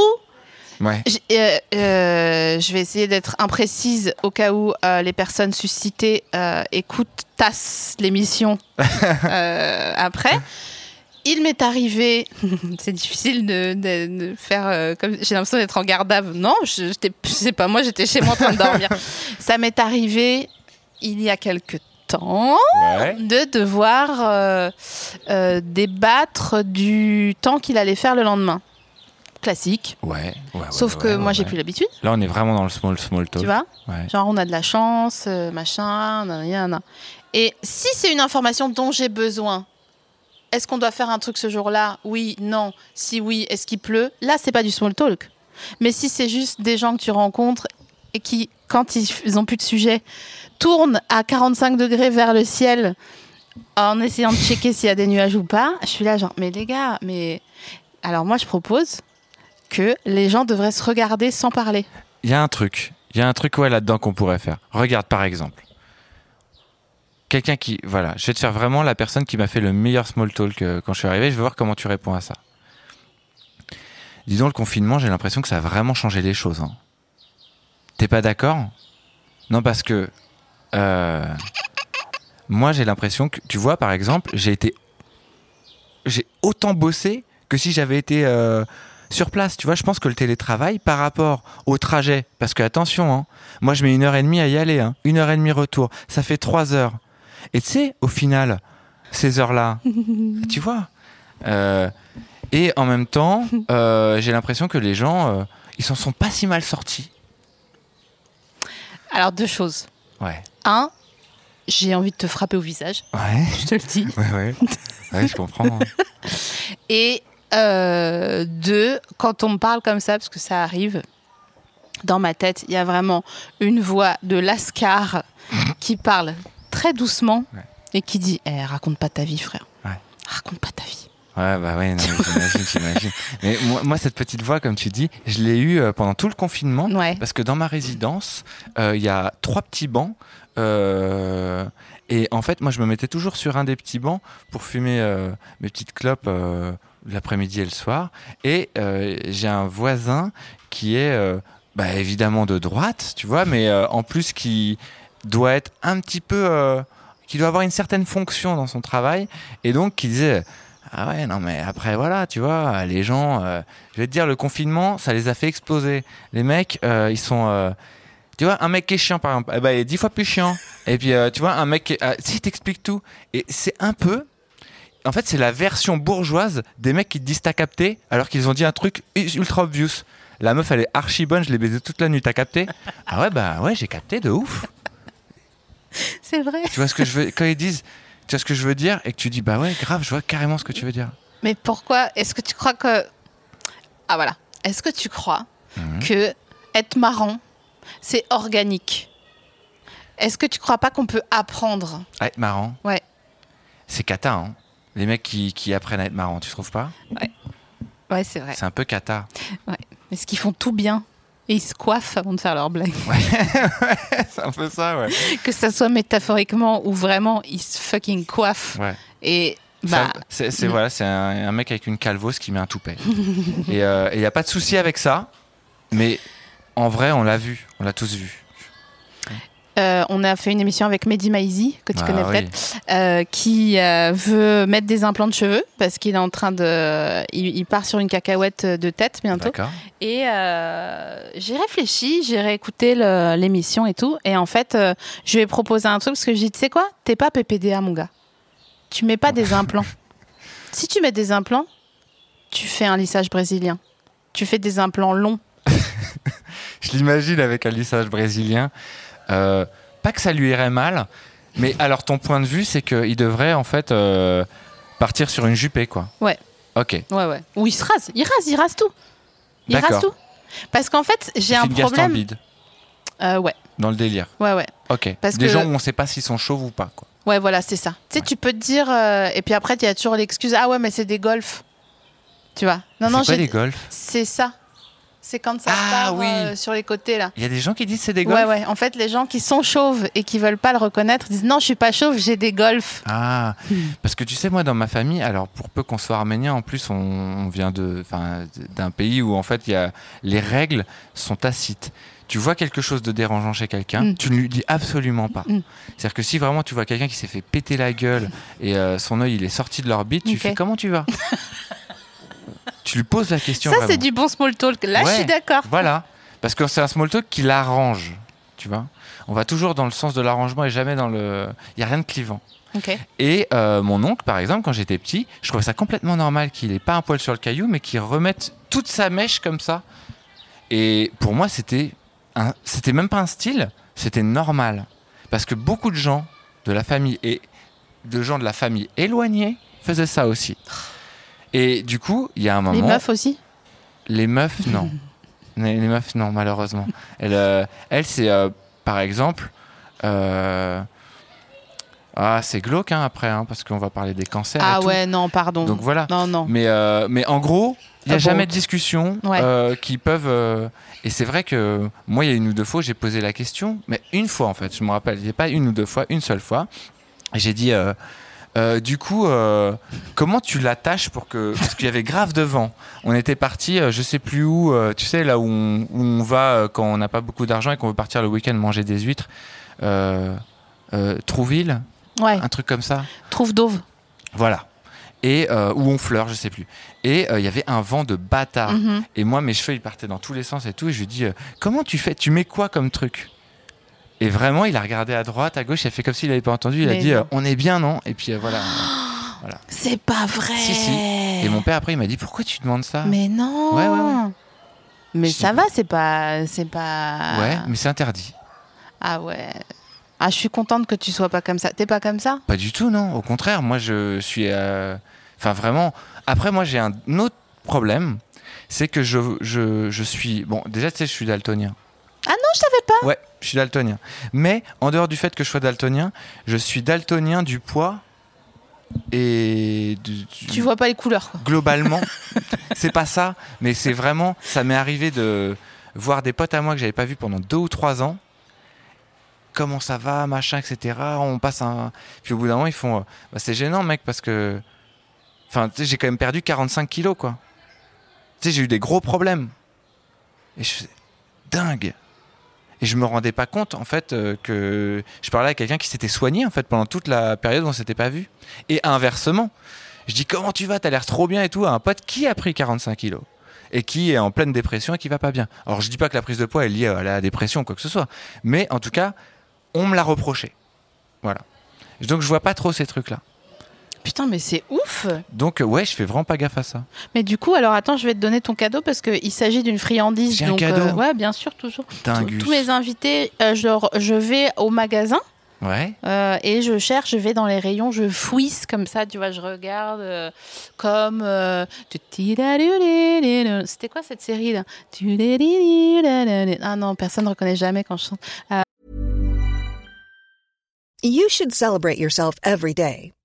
Speaker 4: Ouais.
Speaker 3: J- euh, euh, je vais essayer d'être imprécise au cas où euh, les personnes suscitées euh, écoutent, tassent l'émission euh, après. Il m'est arrivé, c'est difficile de, de- de faire euh, comme j'ai l'impression d'être en gardave. Non, je- j'étais- c'est pas moi, j'étais chez moi en train de dormir. Ça m'est arrivé il y a quelque temps
Speaker 4: Ouais.
Speaker 3: de devoir euh, euh, débattre du temps qu'il allait faire le lendemain. Classique.
Speaker 4: Ouais. Ah ouais,
Speaker 3: Sauf
Speaker 4: ouais,
Speaker 3: que
Speaker 4: ouais,
Speaker 3: moi,
Speaker 4: ouais.
Speaker 3: j'ai plus l'habitude,
Speaker 4: Là, on est vraiment dans le small, small talk.
Speaker 3: tu vois.
Speaker 4: Ouais.
Speaker 3: Genre, on a de la chance, euh, machin, nan, nan, nan. Et si c'est une information dont j'ai besoin, est-ce qu'on doit faire un truc ce jour-là Oui, non. Si oui, est-ce qu'il pleut Là, c'est pas du small talk. Mais si c'est juste des gens que tu rencontres et qui, quand ils f- ils ont plus de sujet, tournent à 45 degrés vers le ciel en essayant de checker s'il y a des nuages ou pas, je suis là genre, mais les gars, mais... Alors moi, je propose que les gens devraient se regarder sans parler.
Speaker 4: Il y a un truc. Il y a un truc ouais, là-dedans qu'on pourrait faire. Regarde, par exemple. Quelqu'un qui. Voilà, je vais te faire vraiment la personne qui m'a fait le meilleur small talk euh, quand je suis arrivé. Je vais voir comment tu réponds à ça. Disons, le confinement, j'ai l'impression que ça a vraiment changé les choses. hein. T'es pas d'accord Non, parce que. euh, moi, j'ai l'impression que. Tu vois, par exemple, j'ai été. J'ai autant bossé que si j'avais été. euh, sur place, tu vois, je pense que le télétravail par rapport au trajet, parce que attention, hein, moi je mets une heure et demie à y aller, hein, une heure et demie retour, ça fait trois heures. Et tu sais, au final, ces heures-là, tu vois. euh, et en même temps, euh, j'ai l'impression que les gens, euh, ils s'en sont pas si mal sortis.
Speaker 3: Alors, deux choses.
Speaker 4: Ouais.
Speaker 3: Un, j'ai envie de te frapper au visage,
Speaker 4: Ouais,
Speaker 3: je te le dis.
Speaker 4: ouais, ouais. Ouais, je comprends. hein.
Speaker 3: Et euh, deux, quand on me parle comme ça, parce que ça arrive, dans ma tête, il y a vraiment une voix de Lascar qui parle très doucement
Speaker 4: Ouais.
Speaker 3: et qui dit Eh, Raconte pas ta vie, frère.
Speaker 4: Ouais.
Speaker 3: Raconte pas ta vie.
Speaker 4: Ouais, bah ouais, non, mais j'imagine, j'imagine. Mais moi, moi, cette petite voix, comme tu dis, je l'ai eue euh, pendant tout le confinement.
Speaker 3: Ouais.
Speaker 4: Parce que dans ma résidence, euh, il y a trois petits bancs. euh, et en fait, moi, je me mettais toujours sur un des petits bancs pour fumer euh, mes petites clopes euh, l'après-midi et le soir. Et euh, j'ai un voisin qui est euh, bah, évidemment de droite, tu vois, mais euh, en plus qui doit être un petit peu. euh, qui doit avoir une certaine fonction dans son travail. Et donc, qui disait. Ah ouais, non, mais après, voilà, tu vois, les gens, euh, je vais te dire, le confinement, ça les a fait exploser. Les mecs, euh, ils sont. euh, tu vois, un mec qui est chiant, par exemple, eh ben, il est dix fois plus chiant. Et puis, euh, tu vois, un mec qui. est- ah, si, il t'explique tout. Et c'est un peu. En fait, c'est la version bourgeoise des mecs qui te disent t'as capté, alors qu'ils ont dit un truc ultra obvious. La meuf, elle est archi bonne, je l'ai baisée toute la nuit, t'as capté Ah ouais, bah ouais, j'ai capté de ouf.
Speaker 3: C'est vrai.
Speaker 4: Tu vois ce que je veux. Quand ils disent. Tu vois ce que je veux dire Et que tu dis, bah ouais, grave, je vois carrément ce que tu veux dire.
Speaker 3: Mais pourquoi Est-ce que tu crois que. Ah voilà. Est-ce que tu crois
Speaker 4: Mhm.
Speaker 3: que être marrant, c'est organique Est-ce que tu crois pas qu'on peut apprendre
Speaker 4: Ah, être marrant.
Speaker 3: Ouais.
Speaker 4: C'est cata, hein. Les mecs qui, qui apprennent à être marrant, tu trouves pas
Speaker 3: Ouais, c'est vrai.
Speaker 4: C'est un peu cata.
Speaker 3: Parce qu'ils font tout bien. Et ils se coiffent avant de faire leur blague.
Speaker 4: C'est un peu ça, ouais.
Speaker 3: que ça soit métaphoriquement ou vraiment, ils se fucking coiffent.
Speaker 4: Ouais.
Speaker 3: Et
Speaker 4: Ça,
Speaker 3: bah,
Speaker 4: c'est c'est-
Speaker 3: mm.
Speaker 4: euh, voilà, c'est un, un mec avec une calvose qui met un toupet. et il n'y a pas de souci avec ça. Mais en vrai, on l'a vu, on l'a tous vu.
Speaker 3: Euh, on a fait une émission avec Mehdi Maizi, que tu
Speaker 4: Ah
Speaker 3: connais
Speaker 4: oui.
Speaker 3: peut-être, euh, qui euh, veut mettre des implants de cheveux parce qu'il est en train de. Il, il part sur une cacahuète de tête bientôt.
Speaker 4: D'accord.
Speaker 3: Et euh, j'ai réfléchi, j'ai réécouté le- l'émission et tout. Et en fait, euh, je lui ai proposé un truc parce que j'ai dit Tu sais quoi T'es pas PPDA, mon gars. Tu mets pas des implants. si tu mets des implants, tu fais un lissage brésilien. Tu fais des implants longs.
Speaker 4: Je l'imagine avec un lissage brésilien. Euh, pas que ça lui irait mal, mais alors ton point de vue, c'est qu'il devrait en fait euh, partir sur une jupée, quoi.
Speaker 3: Ouais.
Speaker 4: Ok.
Speaker 3: Ouais, ouais. Ou il se rase. Il rase, il rase tout. Il
Speaker 4: D'accord.
Speaker 3: rase tout. Parce qu'en fait, j'ai
Speaker 4: Il fait
Speaker 3: un
Speaker 4: une gastambide,
Speaker 3: problème. Euh, ouais,
Speaker 4: dans le délire.
Speaker 3: ouais, ouais.
Speaker 4: Ok.
Speaker 3: Parce
Speaker 4: Des
Speaker 3: que-
Speaker 4: gens où on sait pas s'ils sont chauves ou pas, quoi.
Speaker 3: Ouais, voilà, c'est ça. Tu sais,
Speaker 4: Ouais.
Speaker 3: tu peux te dire. euh, et puis après, il y a toujours l'excuse Ah ouais, mais c'est des golfs. Tu vois Non, non,
Speaker 4: c'est pas
Speaker 3: j'ai.
Speaker 4: des golfs.
Speaker 3: C'est ça. C'est quand ça
Speaker 4: Ah,
Speaker 3: part
Speaker 4: oui.
Speaker 3: euh, sur les côtés là.
Speaker 4: Il y a des gens qui disent c'est des golfs.
Speaker 3: Ouais, ouais. En fait, les gens qui sont chauves et qui veulent pas le reconnaître disent non, je suis pas chauve, j'ai des golfs.
Speaker 4: Ah,
Speaker 3: Hmm.
Speaker 4: parce que tu sais, moi, dans ma famille, alors pour peu qu'on soit arménien, en plus, on, on vient de, enfin, d'un pays où en fait, il y a, les règles sont tacites. Tu vois quelque chose de dérangeant chez quelqu'un,
Speaker 3: Mm.
Speaker 4: tu ne lui dis absolument pas.
Speaker 3: Mm.
Speaker 4: C'est-à-dire que si vraiment tu vois quelqu'un qui s'est fait péter la gueule et euh, son œil il est sorti de l'orbite, tu
Speaker 3: Ok.
Speaker 4: fais comment tu vas Tu lui poses la question.
Speaker 3: Ça,
Speaker 4: vraiment.
Speaker 3: c'est du bon small talk. Là, je
Speaker 4: Ouais.
Speaker 3: suis d'accord.
Speaker 4: Voilà, parce que c'est un small talk qui l'arrange, tu vois. On va toujours dans le sens de l'arrangement et jamais dans le. Il y a rien de clivant.
Speaker 3: Ok.
Speaker 4: Et euh, mon oncle, par exemple, quand j'étais petit, je trouvais ça complètement normal qu'il ait pas un poil sur le caillou, mais qu'il remette toute sa mèche comme ça. Et pour moi, c'était un- c'était même pas un style, c'était normal. Parce que beaucoup de gens de la famille et de gens de la famille éloignés faisaient ça aussi. Et du coup, il y a un moment.
Speaker 3: Les meufs aussi
Speaker 4: Les meufs, non. les, les meufs, non, malheureusement. Elle, euh, elle c'est euh, par exemple. euh, Ah, c'est glauque hein, après, hein, parce qu'on va parler des cancers. et
Speaker 3: Ah
Speaker 4: tout.
Speaker 3: ouais, non, pardon.
Speaker 4: Donc voilà.
Speaker 3: Non, non.
Speaker 4: Mais, euh, mais en gros, il n'y a
Speaker 3: Ah bon.
Speaker 4: jamais de discussion
Speaker 3: Ouais.
Speaker 4: euh, qui peuvent. euh, Et c'est vrai que moi, il y a une ou deux fois, j'ai posé la question, mais une fois en fait, je me rappelle, il n'y a pas une ou deux fois, une seule fois. Et J'ai dit, euh, euh, du coup, euh, comment tu l'attaches pour que. Parce qu'il y avait grave de vent. On était parti, euh, je sais plus où, euh, tu sais, là où on, où on va euh, quand on n'a pas beaucoup d'argent et qu'on veut partir le week-end manger des huîtres. Euh, euh, Trouville,
Speaker 3: Ouais,
Speaker 4: un truc comme ça.
Speaker 3: trouve Dove.
Speaker 4: Voilà. Et euh, ou on fleur, je sais plus. Et euh, il y avait un vent de bâtard.
Speaker 3: Mhm.
Speaker 4: Et moi, mes cheveux, ils partaient dans tous les sens et tout. Et je lui dis, euh, comment tu fais Tu mets quoi comme truc Et vraiment, il a regardé à droite, à gauche. Il a fait comme s'il n'avait pas entendu. Il a
Speaker 3: Mais
Speaker 4: dit, euh,
Speaker 3: non.
Speaker 4: on est bien, non Et puis euh, voilà.
Speaker 3: C'est pas vrai.
Speaker 4: Si, si. Et mon père après, il m'a dit, pourquoi tu demandes ça
Speaker 3: Mais non.
Speaker 4: Ouais, ouais,
Speaker 3: Mais
Speaker 4: Je-
Speaker 3: ça va, c'est pas. C'est pas.
Speaker 4: Ouais, mais c'est interdit.
Speaker 3: Ah ouais. Ah, je suis contente que tu sois pas comme ça. T'es pas comme ça
Speaker 4: Pas du tout, non. Au contraire, moi, je suis. euh, Enfin, vraiment. Après, moi, j'ai un autre problème. C'est que je, je, je suis. Bon, déjà, tu sais, je suis daltonien.
Speaker 3: Ah non, je t'avais pas.
Speaker 4: Ouais, je suis daltonien. Mais en dehors du fait que je sois daltonien, je suis daltonien du poids et du, du-
Speaker 3: Tu vois pas les couleurs, quoi.
Speaker 4: globalement. c'est pas ça, mais c'est vraiment. Ça m'est arrivé de voir des potes à moi que j'avais pas vu pendant deux ou trois ans. Comment ça va, machin, etc. On passe un. Puis au bout d'un moment, ils font. euh, Bah, c'est gênant, mec, parce que. Enfin, tu sais, j'ai quand même perdu 45 kilos, quoi. Tu sais, j'ai eu des gros problèmes. Et je faisais, dingue. Et je me rendais pas compte, en fait, euh, que je parlais à quelqu'un qui s'était soigné, en fait, pendant toute la période où on s'était pas vu. Et inversement, je dis comment tu vas, t'as l'air trop bien et tout à un pote qui a pris 45 kilos et qui est en pleine dépression et qui va pas bien. Alors je dis pas que la prise de poids est liée à la dépression ou quoi que ce soit, mais en tout cas, on me l'a reproché. Voilà. Donc je vois pas trop ces trucs-là.
Speaker 3: Putain, mais c'est ouf.
Speaker 4: Donc euh, ouais, je fais vraiment pas gaffe à ça.
Speaker 3: Mais du coup, alors attends, je vais te donner ton cadeau parce qu'il s'agit d'une friandise.
Speaker 4: J'ai un
Speaker 3: donc,
Speaker 4: cadeau.
Speaker 3: euh, ouais, bien sûr, toujours.
Speaker 4: Dingus.
Speaker 3: Tous mes invités, euh, je, leur- je vais au magasin
Speaker 4: Ouais.
Speaker 3: euh, et je cherche, je vais dans les rayons, je fouisse comme ça, tu vois, je regarde euh, comme. euh, C'était quoi cette série là Ah non, personne ne reconnaît jamais quand je chante.
Speaker 1: You should celebrate yourself every day,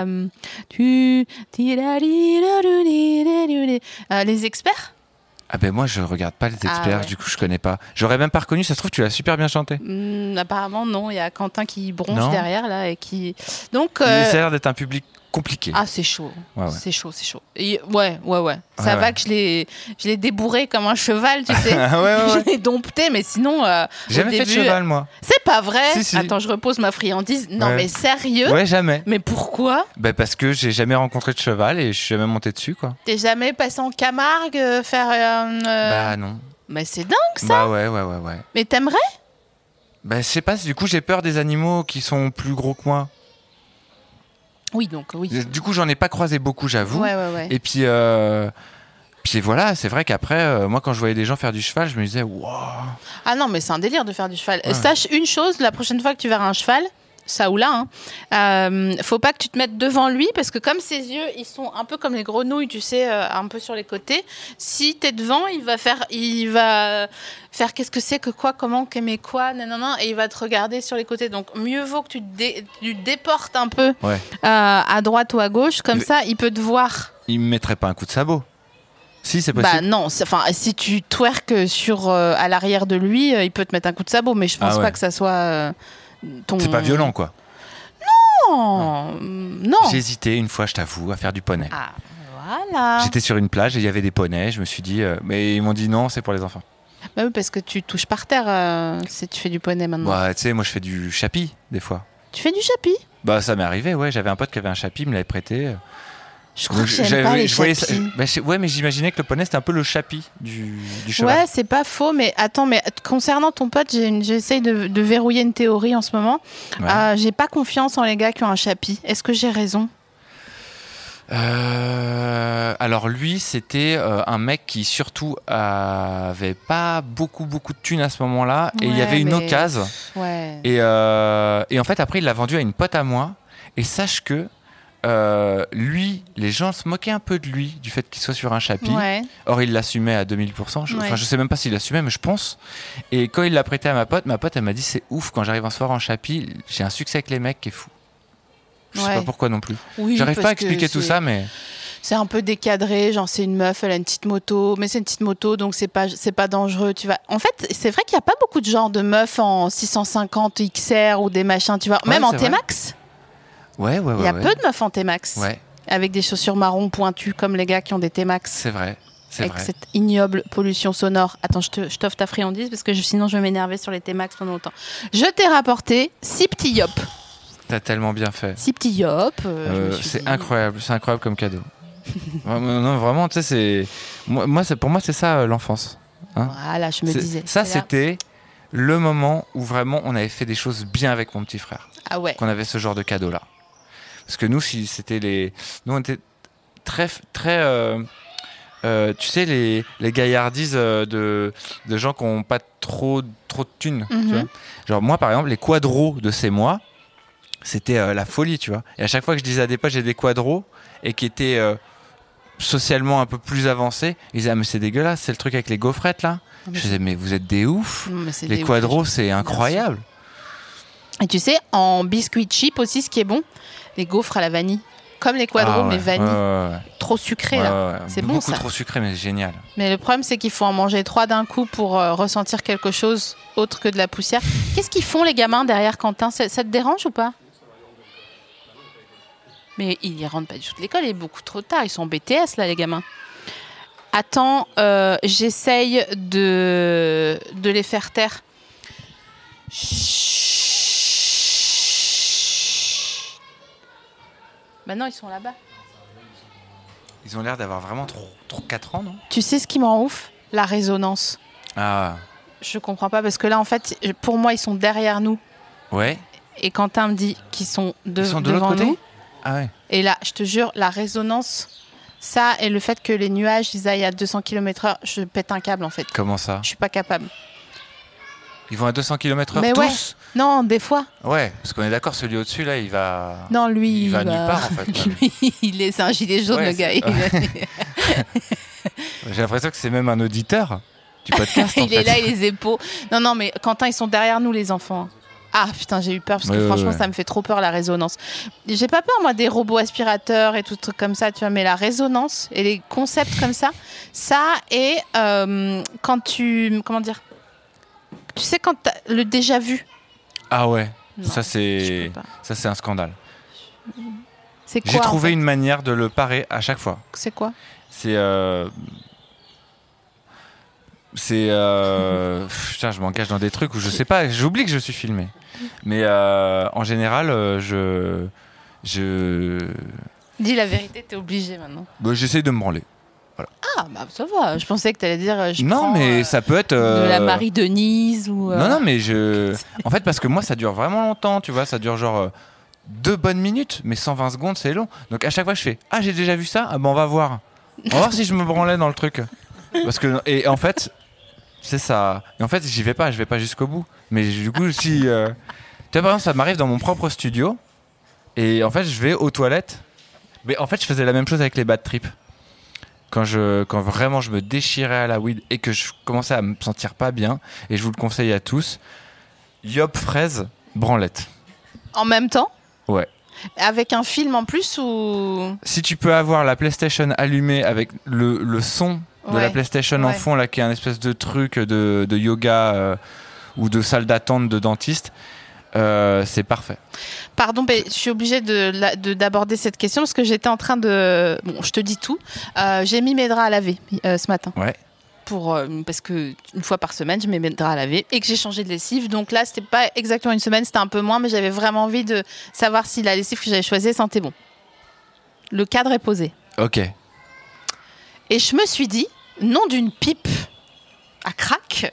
Speaker 3: Euh, tu- Euh, les experts
Speaker 4: Ah ben moi je regarde pas les
Speaker 3: Ah
Speaker 4: experts,
Speaker 3: ouais.
Speaker 4: du coup je connais pas. J'aurais même pas reconnu, ça se trouve tu l'as super bien chanté.
Speaker 3: Hmm, Apparemment, non. Il y a Quentin qui bronche
Speaker 4: Non.
Speaker 3: derrière, là, et qui. Donc.
Speaker 4: Il
Speaker 3: euh,
Speaker 4: Ça a l'air d'être un public compliqué.
Speaker 3: Ah, c'est chaud.
Speaker 4: Ouais, ouais.
Speaker 3: C'est chaud, c'est chaud. Et- ouais, ouais, ouais. Ça
Speaker 4: Ouais,
Speaker 3: va
Speaker 4: ouais.
Speaker 3: que je l'ai, je l'ai débourré comme un cheval, tu sais.
Speaker 4: Ah ouais, ouais, ouais.
Speaker 3: Je l'ai dompté, mais sinon. euh,
Speaker 4: J'ai jamais
Speaker 3: au
Speaker 4: fait de
Speaker 3: début,
Speaker 4: cheval moi.
Speaker 3: C'est pas vrai.
Speaker 4: Si, si.
Speaker 3: Attends, je repose ma friandise. Non,
Speaker 4: Ouais.
Speaker 3: mais sérieux
Speaker 4: Ouais, jamais.
Speaker 3: Mais pourquoi
Speaker 4: Ben parce que j'ai jamais rencontré de cheval et je suis jamais monté dessus quoi.
Speaker 3: T'es jamais passé en Camargue euh, faire. euh, euh,
Speaker 4: Bah non.
Speaker 3: Mais c'est dingue ça.
Speaker 4: Bah ouais, ouais, ouais, ouais.
Speaker 3: Mais t'aimerais
Speaker 4: Bah je sais pas, du coup j'ai peur des animaux qui sont plus gros que moi.
Speaker 3: Oui, donc oui.
Speaker 4: Du coup j'en ai pas croisé beaucoup j'avoue.
Speaker 3: Ouais, ouais, ouais.
Speaker 4: Et puis, euh, puis voilà, c'est vrai qu'après, euh, moi, quand je voyais des gens faire du cheval, je me disais, waouh,
Speaker 3: Ah non, mais c'est un délire de faire du cheval.
Speaker 4: Ouais.
Speaker 3: Sache une chose, la prochaine fois que tu verras un cheval, ça ou là, hein, euh, faut pas que tu te mettes devant lui parce que comme ses yeux, ils sont un peu comme les grenouilles, tu sais, euh, un peu sur les côtés. Si t'es devant, il va faire, il va faire qu'est-ce que c'est que quoi, comment, qu'aimer quoi, nanana, et il va te regarder sur les côtés. Donc mieux vaut que tu te, dé- tu te déportes un peu
Speaker 4: Ouais.
Speaker 3: euh, à droite ou à gauche, comme
Speaker 4: Mais-
Speaker 3: ça, il peut te voir.
Speaker 4: il me mettrait pas un coup de sabot. Si, c'est
Speaker 3: Bah
Speaker 4: possible.
Speaker 3: non, c'est- enfin si tu twerques sur euh, à l'arrière de lui, euh, il peut te mettre un coup de sabot, mais je pense
Speaker 4: Ah ouais.
Speaker 3: pas que ça soit euh, ton.
Speaker 4: c'est pas violent, quoi.
Speaker 3: Non, non.
Speaker 4: J'ai hésité une fois, je t'avoue, à faire du poney.
Speaker 3: Ah, voilà.
Speaker 4: J'étais sur une plage et il y avait des poneys. Je me suis dit, euh, mais ils m'ont dit non, c'est pour les enfants.
Speaker 3: Bah oui, parce que tu touches par terre euh, si tu fais du poney maintenant.
Speaker 4: Bah, tu sais, moi, je fais du chapi des fois.
Speaker 3: Tu fais du chapi.
Speaker 4: Bah, ça m'est arrivé, ouais. J'avais un pote qui avait un chapi, il me l'avait prêté. euh,
Speaker 3: Je crois
Speaker 4: Donc,
Speaker 3: que j'aime
Speaker 4: j'avais-
Speaker 3: pas les
Speaker 4: je voyais ça-
Speaker 3: chapis.
Speaker 4: bah, je- ouais, mais j'imaginais que le poney c'était un peu le chapi du, du cheval.
Speaker 3: Ouais, c'est pas faux, mais attends, mais concernant ton pote, j'ai une- j'essaye de, de verrouiller une théorie en ce moment.
Speaker 4: Ouais.
Speaker 3: Euh, j'ai pas confiance en les gars qui ont un chapi. Est-ce que j'ai raison
Speaker 4: Euh, alors lui, c'était euh, un mec qui surtout avait pas beaucoup beaucoup de thunes à ce moment-là et il y
Speaker 3: Ouais,
Speaker 4: avait une
Speaker 3: mais-
Speaker 4: occasion.
Speaker 3: Ouais.
Speaker 4: Et, euh, et en fait après il l'a vendu à une pote à moi et sache que euh, lui, les gens se moquaient un peu de lui du fait qu'il soit sur un chapitre.
Speaker 3: Ouais.
Speaker 4: Or il l'assumait à 2000%. Je,
Speaker 3: Ouais.
Speaker 4: Enfin je sais même pas s'il l'assumait mais je pense. Et quand il l'a prêté à ma pote, ma pote elle m'a dit c'est ouf quand j'arrive un soir en chapitre, j'ai un succès avec les mecs qui est fou. Je sais
Speaker 3: Ouais.
Speaker 4: pas pourquoi non plus.
Speaker 3: Oui,
Speaker 4: J'arrive pas à
Speaker 3: parce que
Speaker 4: expliquer tout
Speaker 3: c'est-
Speaker 4: ça mais.
Speaker 3: C'est un peu décadré, genre c'est une meuf, elle a une petite moto, mais c'est une petite moto donc c'est pas c'est pas dangereux, tu vois. En fait, c'est vrai qu'il y a pas beaucoup de genres de meufs en 650 XR ou des machins, tu vois.
Speaker 4: Ouais,
Speaker 3: Même en
Speaker 4: c'est vrai.
Speaker 3: T-Max,
Speaker 4: Ouais, ouais, ouais.
Speaker 3: il y a
Speaker 4: ouais.
Speaker 3: peu de meufs en T-Max
Speaker 4: Ouais,
Speaker 3: avec des chaussures marron pointues comme les gars qui ont des T-Max.
Speaker 4: c'est vrai. C'est
Speaker 3: Avec
Speaker 4: vrai.
Speaker 3: cette ignoble pollution sonore. Attends, je te- je t'offre ta friandise parce que je- sinon je vais m'énerver sur les T-Max pendant longtemps. Je t'ai rapporté six petits yop.
Speaker 4: T'as tellement bien fait.
Speaker 3: Six petits yop.
Speaker 4: Euh, c'est incroyable, c'est incroyable comme cadeau. Vraiment, non, vraiment, tu sais, c'est. Moi, moi, c'est- pour moi, c'est ça euh, l'enfance.
Speaker 3: Voilà, je me
Speaker 4: C'est-
Speaker 3: disais.
Speaker 4: Ça,
Speaker 3: Voilà.
Speaker 4: c'était le moment où vraiment on avait fait des choses bien avec mon petit frère.
Speaker 3: Ah ouais.
Speaker 4: Qu'on avait ce genre de cadeau-là. Parce que nous, si c'était les. Nous, on était très. très euh, euh, tu sais, les, les gaillardises euh, de, de gens qui n'ont pas trop, trop de thunes. tu
Speaker 3: Mhm.
Speaker 4: vois. Genre, moi, par exemple, les quadros de ces mois, c'était euh, la folie, tu vois. Et à chaque fois que je disais à des potes, j'ai des quadros et qui étaient euh, socialement un peu plus avancés, ils disaient, ah, mais c'est dégueulasse, c'est le truc avec les gaufrettes, là.
Speaker 3: Ah, mais
Speaker 4: Je disais, mais vous êtes des oufs.
Speaker 3: Non, mais c'est
Speaker 4: Les
Speaker 3: des-
Speaker 4: quadros, c'est incroyable.
Speaker 3: Et tu sais, en biscuit cheap aussi, ce qui est bon, les gaufres à la vanille. Comme les quadros,
Speaker 4: Ah ouais,
Speaker 3: mais vanille.
Speaker 4: ouais, ouais, ouais.
Speaker 3: Trop sucré, là.
Speaker 4: Ouais, ouais, ouais.
Speaker 3: C'est bon,
Speaker 4: Beaucoup
Speaker 3: ça.
Speaker 4: trop sucré, mais génial.
Speaker 3: Mais le problème, c'est qu'il faut en manger trois d'un coup pour euh, ressentir quelque chose autre que de la poussière. Qu'est-ce qu'ils font, les gamins, derrière Quentin ça, ça te dérange ou pas Mais ils y rentrent pas du tout de l'école, il est beaucoup trop tard. Ils sont en BTS, là, les gamins. Attends, euh, j'essaye de, de les faire taire. Chut. Bah non, ils sont là-bas.
Speaker 4: Ils ont l'air d'avoir vraiment trop, trop 4 ans, non
Speaker 3: Tu sais ce qui me rend ouf La résonance.
Speaker 4: Ah,
Speaker 3: Je comprends pas parce que là en fait je- pour moi ils sont derrière nous
Speaker 4: ouais.
Speaker 3: et Quentin me dit qu'ils sont, de-
Speaker 4: Ils sont de l'autre
Speaker 3: devant
Speaker 4: côté
Speaker 3: nous
Speaker 4: Ah ouais.
Speaker 3: et là je te jure la résonance ça et le fait que les nuages ils aillent à 200 km/h je pète un câble en fait
Speaker 4: Comment ça
Speaker 3: je suis pas capable
Speaker 4: Ils vont à 200 km/h
Speaker 3: Mais
Speaker 4: tous
Speaker 3: ouais. Non, des fois.
Speaker 4: Ouais, parce qu'on est d'accord, celui au-dessus, là, il va.
Speaker 3: Non, lui,
Speaker 4: il va nulle
Speaker 3: bah,
Speaker 4: part, en fait.
Speaker 3: lui, il est c'est un gilet jaune,
Speaker 4: Ouais,
Speaker 3: le gars.
Speaker 4: c'est-
Speaker 3: Il,
Speaker 4: J'ai l'impression que c'est même un auditeur du podcast. en
Speaker 3: il est
Speaker 4: fait.
Speaker 3: là, il les épaules. Non, non, mais Quentin, ils sont derrière nous, les enfants. Ah putain, j'ai eu peur parce que
Speaker 4: Ouais, ouais,
Speaker 3: franchement,
Speaker 4: ouais.
Speaker 3: ça me fait trop peur la résonance. J'ai pas peur, moi, des robots aspirateurs et tout truc comme ça, tu vois, mais la résonance et les concepts comme ça, ça et euh, quand tu. Comment dire Tu sais, quand t'as le déjà vu.
Speaker 4: Ah ouais,
Speaker 3: Non,
Speaker 4: ça
Speaker 3: je
Speaker 4: c'est
Speaker 3: peux pas.
Speaker 4: ça c'est un scandale.
Speaker 3: C'est quoi
Speaker 4: J'ai
Speaker 3: en
Speaker 4: trouvé
Speaker 3: fait
Speaker 4: une manière de le parer à chaque fois.
Speaker 3: C'est quoi
Speaker 4: C'est euh, c'est euh, pff, putain, je m'engage dans des trucs où je sais pas, j'oublie que je suis filmé. Mais euh, en général, euh, je je
Speaker 3: Dis la vérité, t'es obligé maintenant.
Speaker 4: bah, j'essaie de me branler.
Speaker 3: Ah bah ça va, je pensais que t'allais dire. euh, Je
Speaker 4: non,
Speaker 3: prends,
Speaker 4: mais
Speaker 3: euh,
Speaker 4: ça peut être
Speaker 3: De la
Speaker 4: euh,
Speaker 3: Marie Denise ou. euh,
Speaker 4: Non, non, mais je. En fait, parce que moi, ça dure vraiment longtemps, tu vois, ça dure genre euh, deux bonnes minutes, mais 120 secondes, c'est long. Donc à chaque fois, je fais Ah, j'ai déjà vu ça Ah, ben on va voir. On va voir si je me branlais dans le truc. Parce que. Et en fait, c'est ça. Et en fait, j'y vais pas, je vais pas jusqu'au bout. Mais du coup, si. euh, Tu vois, par exemple, ça m'arrive dans mon propre studio, et en fait, je vais aux toilettes. Mais en fait, je faisais la même chose avec les bad trips. Quand, je, quand vraiment je me déchirais à la weed et que je commençais à me sentir pas bien, et je vous le conseille à tous. Yop fraise, branlette.
Speaker 3: En même temps
Speaker 4: Ouais.
Speaker 3: Avec un film en plus ou.
Speaker 4: Si tu peux avoir la PlayStation allumée avec le, le son de
Speaker 3: Ouais.
Speaker 4: la PlayStation en
Speaker 3: Ouais.
Speaker 4: fond, là, qui est un espèce de truc de, de yoga euh, ou de salle d'attente de dentiste, euh, c'est parfait.
Speaker 3: Pardon, mais je suis obligée de la- de- d'aborder cette question parce que j'étais en train de. Bon, je te dis tout. Euh, J'ai mis mes draps à laver euh, ce matin.
Speaker 4: Ouais.
Speaker 3: Pour, euh, parce que une fois par semaine, je mets mes draps à laver et que j'ai changé de lessive. Donc là, c'était pas exactement une semaine, c'était un peu moins, mais j'avais vraiment envie de savoir si la lessive que j'avais choisie sentait bon. Le cadre est posé.
Speaker 4: Ok.
Speaker 3: Et je me suis dit, nom d'une pipe à crack,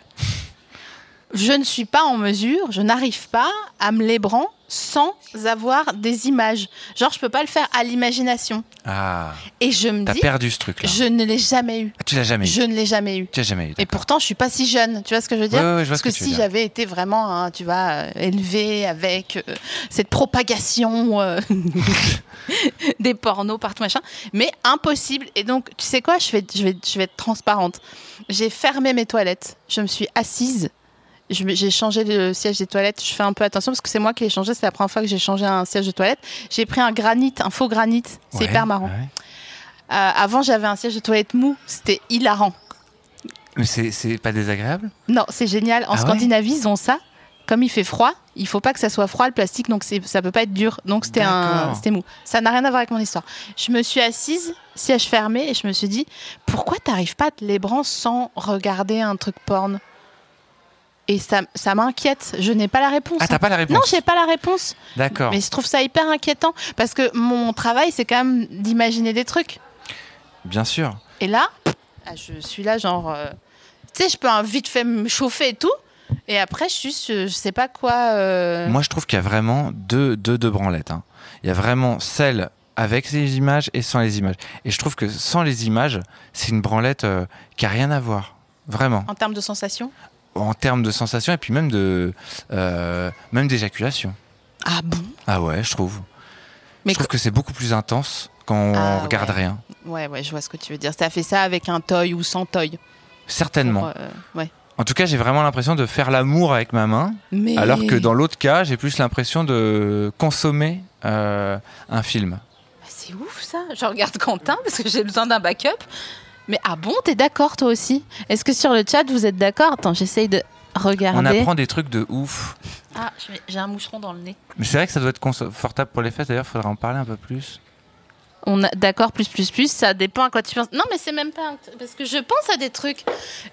Speaker 3: je ne suis pas en mesure, je n'arrive pas à me lébran sans avoir des images. Genre, je peux pas le faire à l'imagination.
Speaker 4: Ah,
Speaker 3: Et je me
Speaker 4: t'as
Speaker 3: dis,
Speaker 4: perdu ce truc-là.
Speaker 3: je ne l'ai jamais eu.
Speaker 4: Ah, tu l'as jamais eu.
Speaker 3: Je ne l'ai jamais eu.
Speaker 4: Tu l'as jamais eu.
Speaker 3: Et pourtant, je suis pas si jeune. Tu vois ce que je veux dire
Speaker 4: Ouais, ouais, ouais, je vois
Speaker 3: Parce
Speaker 4: ce
Speaker 3: que,
Speaker 4: que tu veux
Speaker 3: si
Speaker 4: dire.
Speaker 3: j'avais été vraiment, hein, tu vois, euh, élevée avec euh, cette propagation euh, des pornos partout machin, mais impossible. Et donc, tu sais quoi Je vais, je vais, je vais être transparente. J'ai fermé mes toilettes. Je me suis assise. Je me- J'ai changé le siège des toilettes. Je fais un peu attention parce que c'est moi qui l'ai changé. C'est la première fois que j'ai changé un siège de toilette. J'ai pris un granit, un faux granit. C'est
Speaker 4: Ouais,
Speaker 3: hyper marrant.
Speaker 4: ouais.
Speaker 3: Euh, avant, j'avais un siège de toilette mou. C'était hilarant.
Speaker 4: Mais c'est- c'est pas désagréable
Speaker 3: Non, c'est génial. En
Speaker 4: Ah ouais
Speaker 3: Scandinavie, ils ont ça. Comme il fait froid, il faut pas que ça soit froid le plastique, donc c'est- ça peut pas être dur. Donc c'était un,
Speaker 4: D'accord.
Speaker 3: c'était mou. Ça n'a rien à voir avec mon histoire. Je me suis assise, siège fermé, et je me suis dit pourquoi t'arrives pas à te lébran sans regarder un truc porn Et ça, ça m'inquiète. Je n'ai pas la réponse. hein.
Speaker 4: Ah, t'as pas la réponse
Speaker 3: non, j'ai pas la réponse.
Speaker 4: D'accord.
Speaker 3: Mais je trouve ça hyper inquiétant parce que mon travail, c'est quand même d'imaginer des trucs.
Speaker 4: Bien sûr.
Speaker 3: Et là, ah, je suis là, genre. euh, tu sais, je peux hein, vite fait me chauffer et tout. Et après, je suis, sur- je sais pas quoi. euh,
Speaker 4: Moi, je trouve qu'il y a vraiment deux, deux, deux branlettes. hein. Il y a vraiment celle avec les images et sans les images. Et je trouve que sans les images, c'est une branlette euh, qui a rien à voir. Vraiment.
Speaker 3: En termes de sensations
Speaker 4: En termes de sensations et puis même de euh, même d'éjaculation.
Speaker 3: Ah bon
Speaker 4: Ah ouais, je trouve.
Speaker 3: Mais
Speaker 4: je trouve que c'est beaucoup plus intense quand on
Speaker 3: Ah
Speaker 4: regarde
Speaker 3: ouais.
Speaker 4: rien.
Speaker 3: Ouais, ouais, je vois ce que tu veux dire. T'as fait ça avec un toy ou sans toy pour,
Speaker 4: Certainement.
Speaker 3: euh, ouais.
Speaker 4: En tout cas, j'ai vraiment l'impression de faire l'amour avec ma main,
Speaker 3: Mais...
Speaker 4: alors que dans l'autre cas, j'ai plus l'impression de consommer euh, un film.
Speaker 3: Bah, C'est ouf ça Je regarde Quentin parce que j'ai besoin d'un backup. Mais ah bon, t'es d'accord toi aussi Est-ce que sur le chat vous êtes d'accord Attends, j'essaye de
Speaker 4: On
Speaker 3: regarder.
Speaker 4: apprend des trucs de ouf.
Speaker 3: Ah, je vais- j'ai un moucheron dans le nez.
Speaker 4: Mais c'est vrai que ça doit être confortable pour les fesses, d'ailleurs, faudrait en parler un peu plus.
Speaker 3: On a d'accord plus plus plus, ça dépend à quoi tu penses. Non mais c'est même pas un t- parce que je pense à des trucs.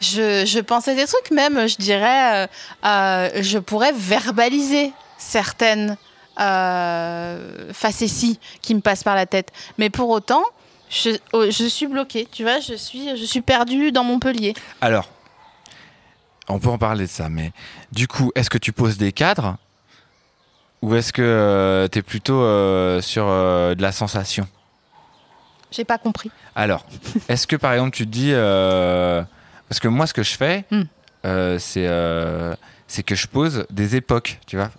Speaker 3: Je, je pense à des trucs même, je dirais, euh, euh, je pourrais verbaliser certaines euh, facéties qui me passent par la tête. Mais pour autant, je, oh, je suis bloquée, tu vois, je suis je suis perdue dans Montpellier.
Speaker 4: Alors, on peut en parler de ça, mais du coup, est-ce que tu poses des cadres ou est-ce que euh, t'es plutôt euh, sur euh, de la sensation
Speaker 3: J'ai pas compris.
Speaker 4: Alors, est-ce que par exemple tu te dis. euh, parce que moi, ce que je fais,
Speaker 3: Hmm.
Speaker 4: euh, c'est euh, c'est que je pose des époques, tu vois.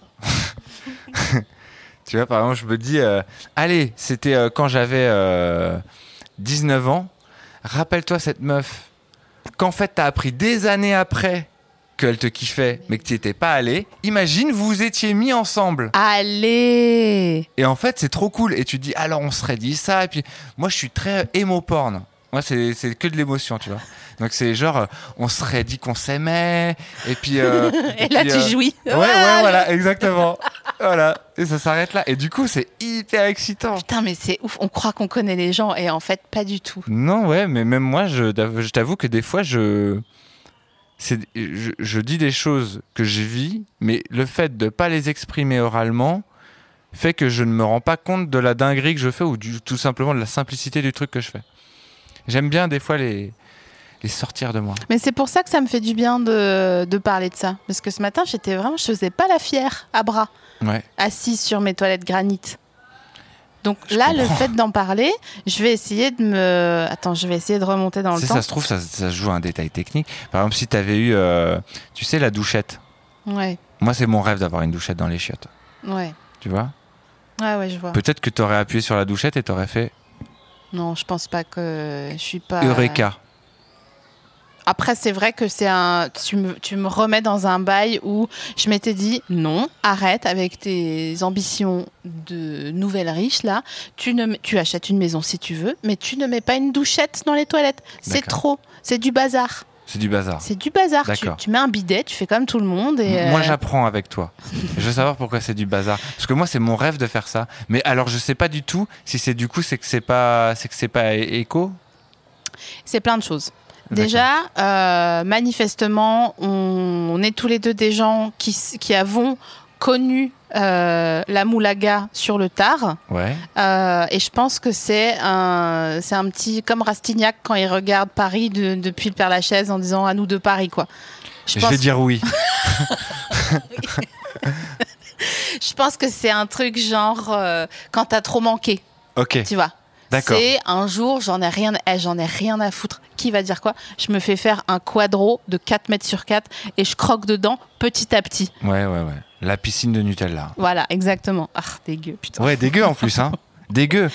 Speaker 4: tu vois, par exemple, je me dis, euh, allez, c'était euh, quand j'avais euh, 19 ans, rappelle-toi cette meuf qu'en fait, t'as appris des années après qu'elle te kiffait, mais que tu étais pas allé. Imagine, vous étiez mis ensemble.
Speaker 3: Allez
Speaker 4: Et en fait, c'est trop cool. Et tu te dis, alors on serait dit ça. Et puis, moi, je suis très émo-porn. Moi, c'est c'est que de l'émotion, tu vois. Donc, c'est genre, euh, on serait dit qu'on s'aimait. Et puis. euh,
Speaker 3: Et là,
Speaker 4: puis,
Speaker 3: tu
Speaker 4: euh,
Speaker 3: jouis. Ah,
Speaker 4: Ouais, ouais, voilà, exactement. voilà. Et ça s'arrête là. Et du coup, c'est hyper excitant.
Speaker 3: Putain, mais c'est ouf. On croit qu'on connaît les gens et en fait, pas du tout.
Speaker 4: Non, ouais, mais même moi, je, t'av- je t'avoue que des fois, je, c'est, je, je dis des choses que je vis, mais le fait de ne pas les exprimer oralement fait que je ne me rends pas compte de la dinguerie que je fais ou du, tout simplement de la simplicité du truc que je fais. J'aime bien des fois les, les sortir de moi.
Speaker 3: Mais c'est pour ça que ça me fait du bien de, de parler de ça. Parce que ce matin, j'étais vraiment, je faisais pas la fière à bras,
Speaker 4: Ouais.
Speaker 3: assise sur mes toilettes granit. Donc
Speaker 4: Je
Speaker 3: là, le
Speaker 4: comprends.
Speaker 3: fait d'en parler, je vais essayer de me. Attends, je vais essayer de remonter
Speaker 4: Tu
Speaker 3: dans le
Speaker 4: sais,
Speaker 3: temps.
Speaker 4: ça se trouve, ça, ça se joue à un détail technique. Par exemple, si tu avais eu, euh, tu sais, la douchette.
Speaker 3: Ouais,
Speaker 4: Moi, c'est mon rêve d'avoir une douchette dans les chiottes.
Speaker 3: ouais,
Speaker 4: Tu vois
Speaker 3: ouais, ouais, je vois.
Speaker 4: Peut-être que tu aurais appuyé sur la douchette et tu aurais fait
Speaker 3: Non, je pense pas que je suis pas.
Speaker 4: Eureka.
Speaker 3: Après, c'est vrai que c'est un. Tu me, tu me remets dans un bail où je m'étais dit non, arrête avec tes ambitions de nouvelle riche là. Tu ne, mets- tu achètes une maison si tu veux, mais tu ne mets pas une douchette dans les toilettes. C'est trop. C'est du bazar.
Speaker 4: C'est du bazar.
Speaker 3: C'est du bazar. Tu,
Speaker 4: D'accord.
Speaker 3: tu mets un bidet, tu fais comme tout le monde et.
Speaker 4: Moi,
Speaker 3: euh,
Speaker 4: j'apprends avec toi. je veux savoir pourquoi c'est du bazar. Parce que moi, c'est mon rêve de faire ça. Mais alors, je sais pas du tout si c'est du coup, c'est que c'est pas, c'est que c'est pas é- éco.
Speaker 3: euh, C'est plein de choses.
Speaker 4: D'accord.
Speaker 3: Déjà, euh, manifestement, on, on est tous les deux des gens qui, s- qui avons connu euh, la moulaga sur le tard.
Speaker 4: Ouais.
Speaker 3: Euh, et je pense que c'est un, c'est un petit comme Rastignac quand il regarde Paris de- depuis le Père Lachaise en disant à nous de Paris quoi.
Speaker 4: Je,
Speaker 3: Je pense,
Speaker 4: vais dire oui.
Speaker 3: je pense que c'est un truc genre euh, quand t'as trop manqué,
Speaker 4: ok.
Speaker 3: tu vois.
Speaker 4: D'accord.
Speaker 3: C'est un jour, j'en ai rien, eh, j'en ai rien à foutre. Qui va dire quoi Je me fais faire un quadro de 4 mètres sur 4 et je croque dedans petit à petit.
Speaker 4: Ouais, ouais, ouais. La piscine de Nutella.
Speaker 3: Voilà, exactement. Ah, dégueu, putain.
Speaker 4: Ouais, dégueu en plus, hein. Dégueu.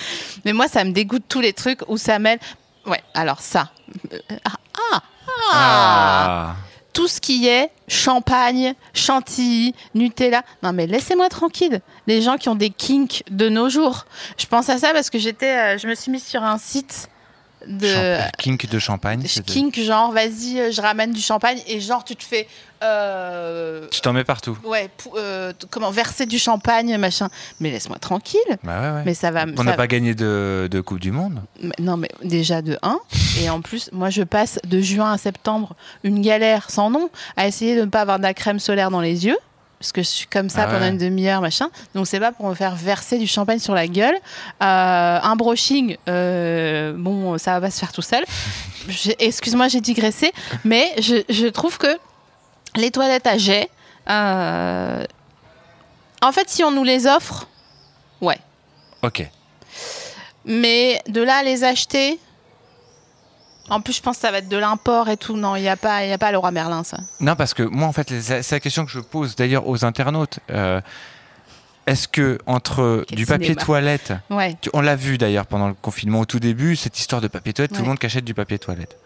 Speaker 3: Mais moi, ça me dégoûte tous les trucs où ça mêle. Ouais, alors ça. Euh, ah, ah, ah. tout ce qui est champagne, chantilly, Nutella. Non mais laissez-moi tranquille. Les gens qui ont des kinks de nos jours. Je pense à ça parce que j'étais, euh, je me suis mise sur un site de
Speaker 4: Champa- Kink de champagne. c'est-
Speaker 3: kink genre vas-y euh, je ramène du champagne et genre tu te fais euh,
Speaker 4: Tu t'en mets partout.
Speaker 3: ouais pou- euh, t- comment verser du champagne machin. Mais laisse-moi tranquille.
Speaker 4: Bah ouais, ouais.
Speaker 3: Mais ça va. me-
Speaker 4: On n'a
Speaker 3: ça-
Speaker 4: pas gagné de, de Coupe du Monde.
Speaker 3: mais- Non, mais déjà de 1. Et en plus, moi, je passe de juin à septembre une galère sans nom à essayer de ne pas avoir de la crème solaire dans les yeux. Parce que je suis comme ça
Speaker 4: Ah ouais.
Speaker 3: pendant une demi-heure, machin. Donc, c'est pas pour me faire verser du champagne sur la gueule. Euh, un brushing, euh, bon, ça va pas se faire tout seul. J'ai- Excuse-moi, j'ai digressé. Mais je, je trouve que les toilettes à jet, euh, en fait, si on nous les offre, ouais.
Speaker 4: Ok.
Speaker 3: Mais de là à les acheter. En plus, je pense que ça va être de l'import et tout. Non, il n'y a pas, il y a pas le roi Merlin, ça.
Speaker 4: Non, parce que moi, en fait, les- c'est la question que je pose d'ailleurs aux internautes. Euh, Est-ce que entre
Speaker 3: Quel
Speaker 4: du papier
Speaker 3: cinéma.
Speaker 4: toilette,
Speaker 3: Ouais.
Speaker 4: tu- on l'a vu d'ailleurs pendant le confinement au tout début, cette histoire de papier toilette, tout
Speaker 3: Ouais.
Speaker 4: le monde cachette du papier toilette.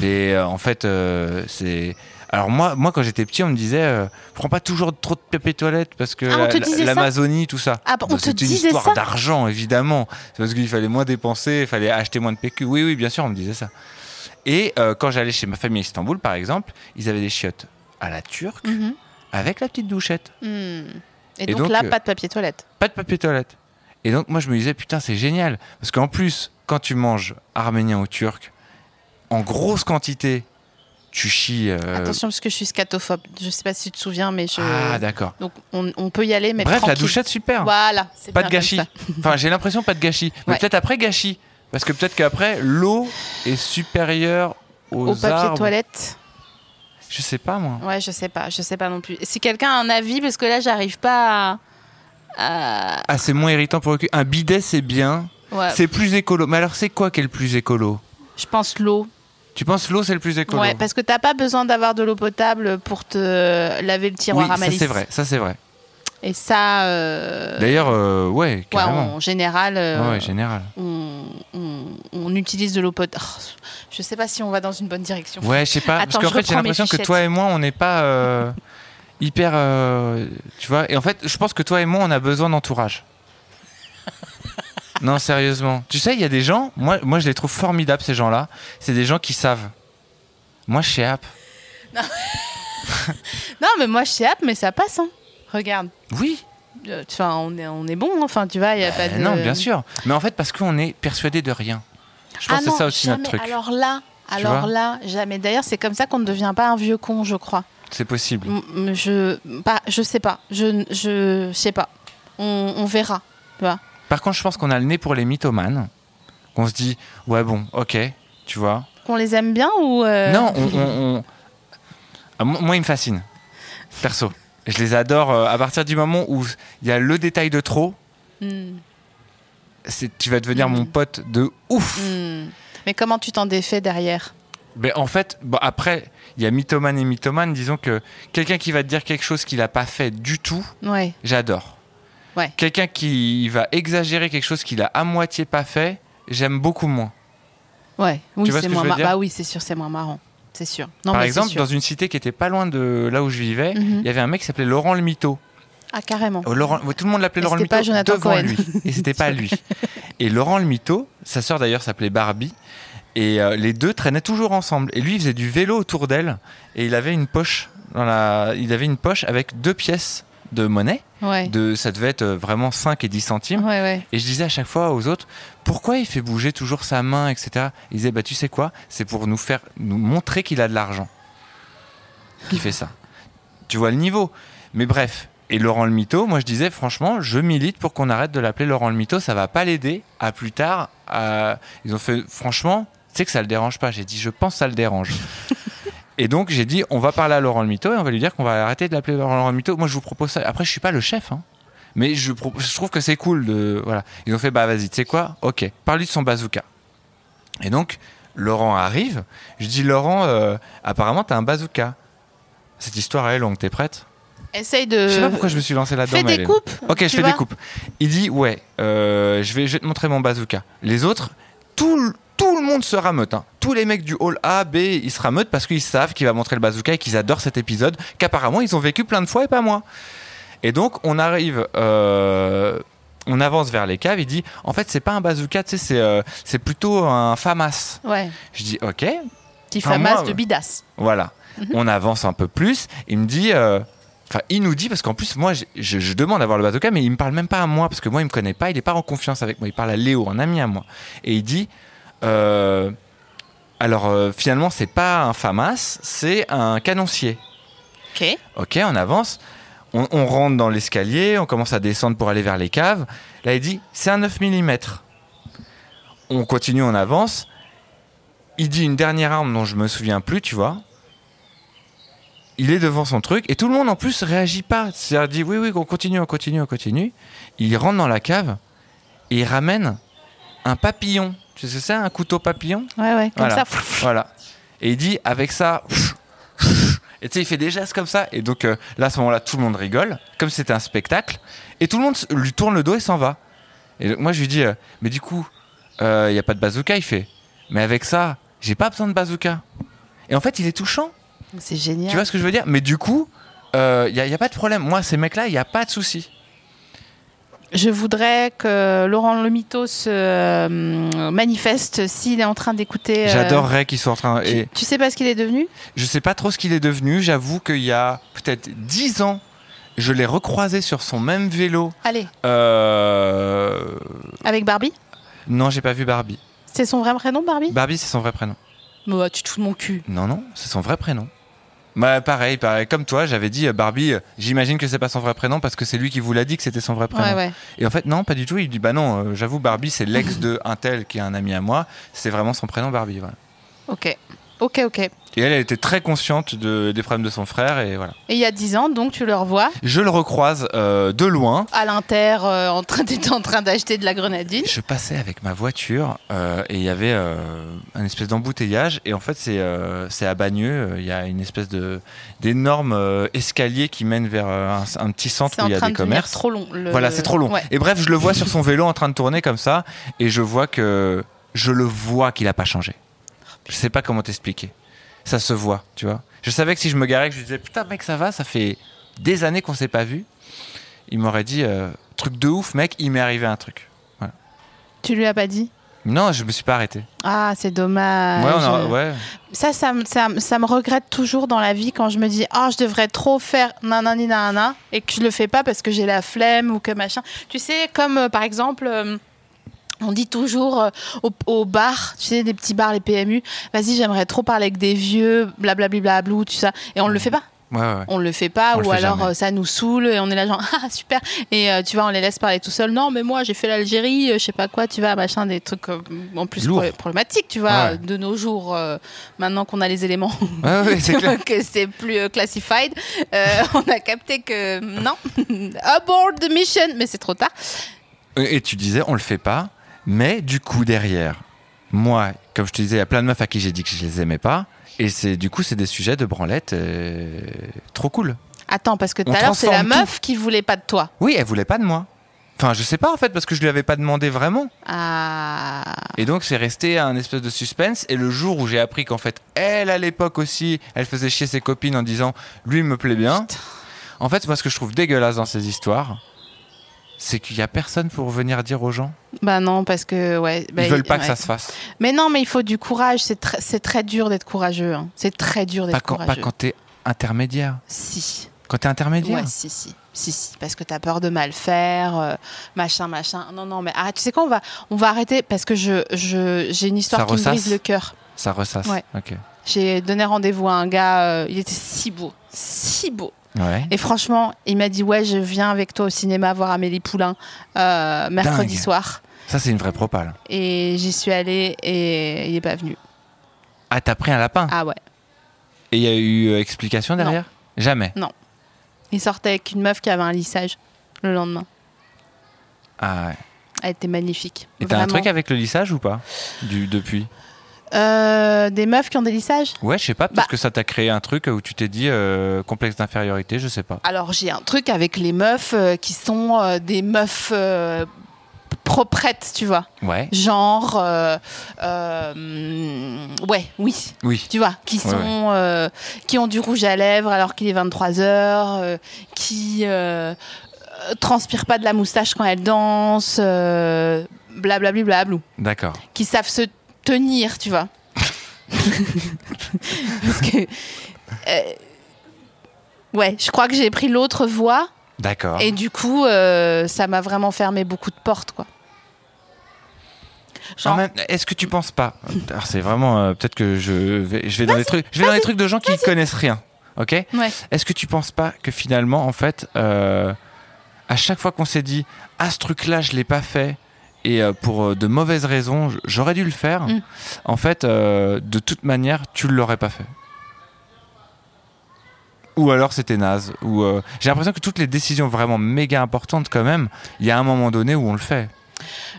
Speaker 4: Mais euh, en fait, euh, c'est. Alors moi, moi, quand j'étais petit, on me disait, euh, prends pas toujours trop de papier toilette parce que
Speaker 3: Ah, on
Speaker 4: la-
Speaker 3: te
Speaker 4: la-
Speaker 3: disait ça
Speaker 4: l'Amazonie, tout ça.
Speaker 3: Ah, bah, on te
Speaker 4: C'était une
Speaker 3: disait
Speaker 4: histoire
Speaker 3: ça
Speaker 4: d'argent, évidemment. C'est parce qu'il fallait moins dépenser, il fallait acheter moins de PQ. Oui, oui, bien sûr, on me disait ça. Et euh, quand j'allais chez ma famille à Istanbul, par exemple, ils avaient des chiottes à la turque
Speaker 3: Mhm.
Speaker 4: avec la petite douchette.
Speaker 3: Hmm. Et,
Speaker 4: Et
Speaker 3: donc,
Speaker 4: donc,
Speaker 3: là,
Speaker 4: euh,
Speaker 3: pas de papier toilette.
Speaker 4: Pas de papier toilette. Et donc, moi, je me disais, putain, c'est génial. Parce qu'en plus, quand tu manges arménien ou turc, en grosse quantité, tu chies. euh,
Speaker 3: Attention, parce que je suis scatophobe. Je sais pas si tu te souviens, mais je.
Speaker 4: Ah, d'accord.
Speaker 3: donc, on, on peut y aller, mais
Speaker 4: Bref, la
Speaker 3: tranquille.
Speaker 4: douchette, super.
Speaker 3: Voilà. c'est
Speaker 4: pas
Speaker 3: bien
Speaker 4: de
Speaker 3: comme
Speaker 4: gâchis.
Speaker 3: ça.
Speaker 4: enfin, j'ai l'impression pas de gâchis. Mais
Speaker 3: Ouais.
Speaker 4: peut-être après gâchis. Parce que peut-être qu'après, l'eau est supérieure aux
Speaker 3: Au papier
Speaker 4: arbres.
Speaker 3: toilette.
Speaker 4: Je sais pas, moi.
Speaker 3: Ouais, je sais pas. Je sais pas non plus. Si quelqu'un a un avis, parce que là, j'arrive pas à. à-
Speaker 4: Ah, c'est moins irritant pour le cul. Un bidet, c'est bien.
Speaker 3: ouais.
Speaker 4: C'est plus écolo. Mais alors, c'est quoi qui est le plus écolo
Speaker 3: Je pense l'eau.
Speaker 4: Tu penses l'eau c'est le plus écolo
Speaker 3: Ouais, parce que t'as pas besoin d'avoir de l'eau potable pour te laver le tiroir
Speaker 4: Oui,
Speaker 3: à
Speaker 4: ça
Speaker 3: malice.
Speaker 4: c'est vrai, ça c'est vrai.
Speaker 3: Et ça, euh,
Speaker 4: D'ailleurs, euh, ouais,
Speaker 3: ouais,
Speaker 4: carrément.
Speaker 3: en général, euh,
Speaker 4: Ouais, ouais, général.
Speaker 3: on, on- on utilise de l'eau potable. Oh, je sais pas si on va dans une bonne direction.
Speaker 4: Ouais, je sais pas.
Speaker 3: Attends,
Speaker 4: parce qu'en fait,
Speaker 3: je
Speaker 4: j'ai
Speaker 3: reprends mes
Speaker 4: l'impression que
Speaker 3: fichettes.
Speaker 4: toi et moi, on n'est pas euh, hyper. euh, tu vois Et en fait, je pense que toi et moi, on a besoin d'entourage. non, sérieusement. Tu sais, il y a des gens, moi, moi je les trouve formidables, ces gens-là. C'est des gens qui savent. Moi, je sais app.
Speaker 3: Non, mais moi je sais, hâte, mais ça passe. hein. Regarde,
Speaker 4: Oui,
Speaker 3: Euh, enfin, on est, on est bon. hein. Enfin, tu vois, il y a pas
Speaker 4: euh,
Speaker 3: de.
Speaker 4: non, bien sûr. Mais en fait, parce qu'on est persuadé de rien. Je pense
Speaker 3: Ah
Speaker 4: que
Speaker 3: non,
Speaker 4: c'est ça aussi
Speaker 3: jamais.
Speaker 4: notre truc.
Speaker 3: Alors là, alors
Speaker 4: vois
Speaker 3: là, jamais. D'ailleurs, c'est comme ça qu'on ne devient pas un vieux con, je crois.
Speaker 4: C'est possible.
Speaker 3: M- m- je, pas, je sais pas. Je, je sais pas. On, on verra. Tu vois.
Speaker 4: Par contre, je pense qu'on a le nez pour les mythomanes. Qu'on se dit, ouais, bon, ok, tu vois.
Speaker 3: Qu'on les aime bien ou euh,
Speaker 4: Non, on, on- on- Ah, moi, moi, ils me fascinent, perso. Je les adore euh, à partir du moment où il y a le détail de trop.
Speaker 3: Hmm,
Speaker 4: c'est- Tu vas devenir
Speaker 3: Mm.
Speaker 4: mon pote de ouf.
Speaker 3: hmm. Mais comment tu t'en défais derrière
Speaker 4: Mais en fait, bon, après, il y a mythomane et mythomane. Disons que quelqu'un qui va te dire quelque chose qu'il n'a pas fait du tout,
Speaker 3: Ouais.
Speaker 4: j'adore.
Speaker 3: Ouais.
Speaker 4: Quelqu'un qui va exagérer quelque chose qu'il a à moitié pas fait, j'aime beaucoup moins.
Speaker 3: Ouais. Oui,
Speaker 4: vois ce
Speaker 3: c'est
Speaker 4: que
Speaker 3: moins
Speaker 4: je veux
Speaker 3: mar-
Speaker 4: dire
Speaker 3: Bah oui, c'est sûr, c'est moins marrant. C'est sûr. Non,
Speaker 4: Par
Speaker 3: mais c'est
Speaker 4: exemple,
Speaker 3: sûr.
Speaker 4: dans une cité qui était pas loin de là où je vivais, il
Speaker 3: Mhm.
Speaker 4: y avait un mec qui s'appelait Laurent le Mytho.
Speaker 3: Ah, carrément.
Speaker 4: Oh, Laurent- tout le monde l'appelait
Speaker 3: Et
Speaker 4: Laurent le
Speaker 3: c'était
Speaker 4: Mytho
Speaker 3: pas Jonathan
Speaker 4: devant
Speaker 3: Cohen.
Speaker 4: lui. Et c'était pas lui. Et Laurent le Mytho, sa sœur d'ailleurs s'appelait Barbie. Et euh, les deux traînaient toujours ensemble. Et lui, il faisait du vélo autour d'elle. Et il avait une poche. Dans la... Il avait une poche avec deux pièces de monnaie.
Speaker 3: Ouais.
Speaker 4: De... Ça devait être euh, vraiment 5 et 10
Speaker 3: Ouais,
Speaker 4: centimes.
Speaker 3: ouais.
Speaker 4: Et je disais à chaque fois aux autres, pourquoi il fait bouger toujours sa main, etc. Ils disaient, bah tu sais quoi, c'est pour nous faire, nous montrer qu'il a de l'argent. Qui fait ça. tu vois le niveau. Mais bref. Et Laurent le Mito, moi je disais, franchement, je milite pour qu'on arrête de l'appeler Laurent le Mito, ça va pas l'aider à plus tard. à- Ils ont fait, franchement, tu sais que ça le dérange pas. J'ai dit, je pense que ça le dérange. Et donc j'ai dit, on va parler à Laurent le Mito et on va lui dire qu'on va arrêter de l'appeler Laurent le Mito. Moi je vous propose ça. Après je suis pas le chef, hein. Mais je, pro- je trouve que c'est cool de. Voilà. Ils ont fait, bah vas-y, tu sais quoi Ok, parle-lui de son bazooka. Et donc, Laurent arrive. Je dis, Laurent, euh, apparemment, t'as un bazooka. Cette histoire, elle est longue, t'es prête
Speaker 3: Essaye de.
Speaker 4: Je sais pas pourquoi je me suis lancé là-dedans.
Speaker 3: Euh, Fais
Speaker 4: mais
Speaker 3: des
Speaker 4: elle est-
Speaker 3: coupes.
Speaker 4: Ok,
Speaker 3: tu
Speaker 4: je fais
Speaker 3: vois.
Speaker 4: des coupes. Il dit, ouais, euh, je, vais, je vais te montrer mon bazooka. Les autres, tout, le- tout le monde se rameute. hein. Tous les mecs du hall A, B, ils se rameutent parce qu'ils savent qu'il va montrer le bazooka et qu'ils adorent cet épisode, qu'apparemment ils ont vécu plein de fois et pas moi. Et donc, on arrive, euh, on avance vers les caves. Il dit, en fait, c'est pas un bazooka, tu sais, c'est euh, c'est plutôt un FAMAS.
Speaker 3: Ouais.
Speaker 4: Je dis, ok,
Speaker 3: Qui
Speaker 4: Enfin,
Speaker 3: fait
Speaker 4: moi,
Speaker 3: masse de
Speaker 4: ouais.
Speaker 3: bidas.
Speaker 4: voilà. On avance un peu plus. Il me dit. euh, Enfin, il nous dit, parce qu'en plus, moi, je, je- je demande à voir le bazooka, mais il me parle même pas à moi, parce que moi, il me connaît pas, il est pas en confiance avec moi. Il parle à Léo, un ami à moi. Et il dit. euh, alors, euh, finalement, c'est pas un FAMAS, c'est un canoncier.
Speaker 3: Ok.
Speaker 4: Ok, on avance. On, on rentre dans l'escalier, on commence à descendre pour aller vers les caves. Là, il dit, c'est un 9 mm. On continue, on avance. Il dit une dernière arme dont je me souviens plus, tu vois. Il est devant son truc et tout le monde en plus réagit pas. C'est-à-dire dit oui, oui, on continue, on continue, on continue. Il rentre dans la cave et il ramène un papillon. Tu sais ce que c'est, un couteau papillon
Speaker 3: Ouais, ouais. Comme
Speaker 4: Voilà.
Speaker 3: ça.
Speaker 4: voilà. Et il dit avec ça. Et tu sais, il fait des gestes comme ça. Et donc euh, là, à ce moment-là, tout le monde rigole, comme c'était un spectacle. Et tout le monde s- lui tourne le dos et s'en va. Et donc, moi, je lui dis, euh, mais du coup, euh, il n'y a pas de bazooka. Il fait, mais avec ça, j'ai pas besoin de bazooka. Et en fait, il est touchant.
Speaker 3: C'est génial.
Speaker 4: Tu vois ce que je veux dire Mais du coup, il n'y a, y a pas de problème. Moi, ces mecs-là, il n'y a pas de souci.
Speaker 3: Je voudrais que Laurent Lemito se euh, manifeste s'il est en train d'écouter. euh,
Speaker 4: J'adorerais qu'ils soient en train.
Speaker 3: Tu,
Speaker 4: Et
Speaker 3: tu sais pas ce qu'il est devenu
Speaker 4: Je sais pas trop ce qu'il est devenu. J'avoue qu'il y a peut-être 10 ans, je l'ai recroisé sur son même vélo.
Speaker 3: Allez,
Speaker 4: Euh...
Speaker 3: avec Barbie
Speaker 4: Non, j'ai pas vu Barbie.
Speaker 3: C'est son vrai prénom, Barbie
Speaker 4: Barbie, c'est son vrai prénom.
Speaker 3: Bah, Tu te fous de mon cul.
Speaker 4: Non, non, c'est son vrai prénom. Bah, pareil, pareil. Comme toi, j'avais dit euh, Barbie, euh, j'imagine que c'est pas son vrai prénom parce que c'est lui qui vous l'a dit que c'était son vrai prénom.
Speaker 3: Ouais, ouais.
Speaker 4: Et en fait, non, pas du tout. Il dit Bah non, euh, j'avoue, Barbie, c'est l'ex de un tel qui est un ami à moi. C'est vraiment son prénom, Barbie. Voilà.
Speaker 3: Ok. Ok, ok. Et
Speaker 4: Et elle, elle était très consciente de- des problèmes de son frère et voilà.
Speaker 3: il y a 10 ans, donc tu le revois
Speaker 4: Je le recroise euh, de loin.
Speaker 3: à l'inter, euh, en train d'être en train d'acheter de la grenadine.
Speaker 4: Je passais avec ma voiture euh, et il y avait euh, un espèce d'embouteillage et en fait c'est euh, c'est à Bagneux, euh, il y a une espèce de d'énorme euh, escalier qui mène vers euh, un, un petit centre
Speaker 3: C'est
Speaker 4: où
Speaker 3: en
Speaker 4: il y a
Speaker 3: train
Speaker 4: des
Speaker 3: de devenir
Speaker 4: commerces.
Speaker 3: trop long. le-
Speaker 4: Voilà, c'est trop long.
Speaker 3: Ouais.
Speaker 4: Et bref, je le vois sur son vélo en train de tourner comme ça et je vois que je le vois qu'il a pas changé. Je sais pas comment t'expliquer. Ça se voit, tu vois. Je savais que si je me garais, que je lui disais putain mec ça va, ça fait des années qu'on s'est pas vu. Il m'aurait dit euh, truc de ouf mec, il m'est arrivé un truc.
Speaker 3: Tu lui as pas dit
Speaker 4: Non, je me suis pas arrêté.
Speaker 3: Ah, c'est dommage.
Speaker 4: ouais, on a- ouais.
Speaker 3: Ça, ça, me- ça, me- ça me regrette toujours dans la vie quand je me dis ah je devrais trop faire nanani nanana et que je le fais pas parce que j'ai la flemme ou que machin. Tu sais, comme euh, par exemple. euh, on dit toujours euh, au, au bar, tu sais, des petits bars, les PMU, vas-y, j'aimerais trop parler avec des vieux, blablabla, blablou, tout ça. Et on
Speaker 4: Mm.
Speaker 3: le fait pas.
Speaker 4: Ouais, ouais, ouais.
Speaker 3: on le fait pas
Speaker 4: On le
Speaker 3: ou
Speaker 4: fait
Speaker 3: alors
Speaker 4: jamais.
Speaker 3: euh, ça nous saoule et on est là genre ah super et euh, tu vois on les laisse parler tout seul non mais moi j'ai fait l'Algérie euh, je sais pas quoi tu vois machin des trucs euh, en plus
Speaker 4: Lourd. Ah
Speaker 3: pro- problématiques tu vois
Speaker 4: Ouais.
Speaker 3: euh, de nos jours euh, maintenant qu'on a les éléments
Speaker 4: Ouais, ouais, c'est clair.
Speaker 3: que c'est plus euh, classified euh, on a capté que non aboard the mission mais c'est trop tard
Speaker 4: Et et tu disais, on le fait pas, mais du coup, derrière, moi, comme je te disais, il y a plein de meufs à qui j'ai dit que je les aimais pas. Et c'est du coup, c'est des sujets de branlette euh, trop cool.
Speaker 3: attends parce que tout
Speaker 4: On
Speaker 3: à l'heure c'est la
Speaker 4: transforme
Speaker 3: meuf qui voulait pas de toi
Speaker 4: Oui, elle voulait pas de moi. Enfin, je sais pas en fait, parce que je lui avais pas demandé vraiment.
Speaker 3: ah
Speaker 4: Et donc, c'est resté un espèce de suspense. Et le jour où j'ai appris qu'en fait, elle, à l'époque aussi, elle faisait chier ses copines en disant Lui, il me plaît bien. En fait, moi, ce que je trouve dégueulasse dans ces histoires, c'est qu'il y a personne pour venir dire aux gens.
Speaker 3: bah non parce que ouais bah,
Speaker 4: Ils veulent pas que
Speaker 3: ouais.
Speaker 4: ça se fasse.
Speaker 3: Mais non, mais il faut du courage. C'est tr- c'est très dur d'être courageux. hein. C'est très dur
Speaker 4: Pas
Speaker 3: d'être
Speaker 4: quand,
Speaker 3: courageux.
Speaker 4: pas quand t'es intermédiaire.
Speaker 3: Si.
Speaker 4: Quand t'es intermédiaire
Speaker 3: Ouais, si, si. Si, si, parce que t'as peur de mal faire, euh, machin, machin. Non, non, mais ah, tu sais quoi, on va, on va arrêter parce que je, je, j'ai une histoire
Speaker 4: Ça
Speaker 3: qui me
Speaker 4: ressasse
Speaker 3: brise le cœur.
Speaker 4: Ça ressasse.
Speaker 3: Ouais.
Speaker 4: Ok.
Speaker 3: J'ai donné rendez-vous à un gars, euh, il était si beau, si beau.
Speaker 4: Ouais.
Speaker 3: Et franchement, il m'a dit Ouais, je viens avec toi au cinéma voir Amélie Poulain euh, mercredi
Speaker 4: Dingue.
Speaker 3: soir.
Speaker 4: Ça, c'est une vraie propale.
Speaker 3: Et j'y suis allée et il est pas venu.
Speaker 4: Ah, t'as pris un lapin.
Speaker 3: Ah ouais.
Speaker 4: Et il y a eu euh, explication
Speaker 3: Non.
Speaker 4: derrière Jamais.
Speaker 3: Il sortait avec une meuf qui avait un lissage le lendemain.
Speaker 4: Ah ouais.
Speaker 3: Elle était magnifique.
Speaker 4: Et t'as un
Speaker 3: Vraiment.
Speaker 4: truc avec le lissage ou pas du, Depuis
Speaker 3: Euh, Des meufs qui ont des lissages
Speaker 4: Ouais, je sais pas. Peut-être
Speaker 3: Bah.
Speaker 4: que ça t'a créé un truc où tu t'es dit euh, complexe d'infériorité, je sais pas.
Speaker 3: Alors j'ai un truc avec les meufs euh, qui sont euh, des meufs euh, proprettes, tu vois.
Speaker 4: Ouais.
Speaker 3: Genre, euh, euh, ouais, oui,
Speaker 4: Oui.
Speaker 3: tu vois, qui sont,
Speaker 4: Ouais,
Speaker 3: euh, qui ont du rouge à lèvres alors qu'il est 23 heures, euh, qui euh, euh, transpirent pas de la moustache quand elles dansent, euh, blablabli, blablou,
Speaker 4: D'accord.
Speaker 3: qui savent se tenir, tu vois. Parce que, euh, ouais, je crois que j'ai pris l'autre voie.
Speaker 4: D'accord.
Speaker 3: Et du coup, euh, ça m'a vraiment fermé beaucoup de portes, quoi.
Speaker 4: En
Speaker 3: Genre,
Speaker 4: même- Ah Est-ce que tu penses pas Alors, C'est vraiment euh, peut-être que je vais, je vais dans les trucs, je vais dans les trucs de gens qui connaissent rien. Ok.
Speaker 3: ouais.
Speaker 4: Est-ce que tu penses pas que finalement, en fait, euh, à chaque fois qu'on s'est dit ah ce truc-là je l'ai pas fait et euh, pour euh, de mauvaises raisons j- j'aurais dû le faire,
Speaker 3: Mm.
Speaker 4: en fait, euh, de toute manière tu l'aurais pas fait. Ou alors c'était naze. Ou euh, j'ai l'impression que toutes les décisions vraiment méga importantes quand même, il y a un moment donné où on le fait.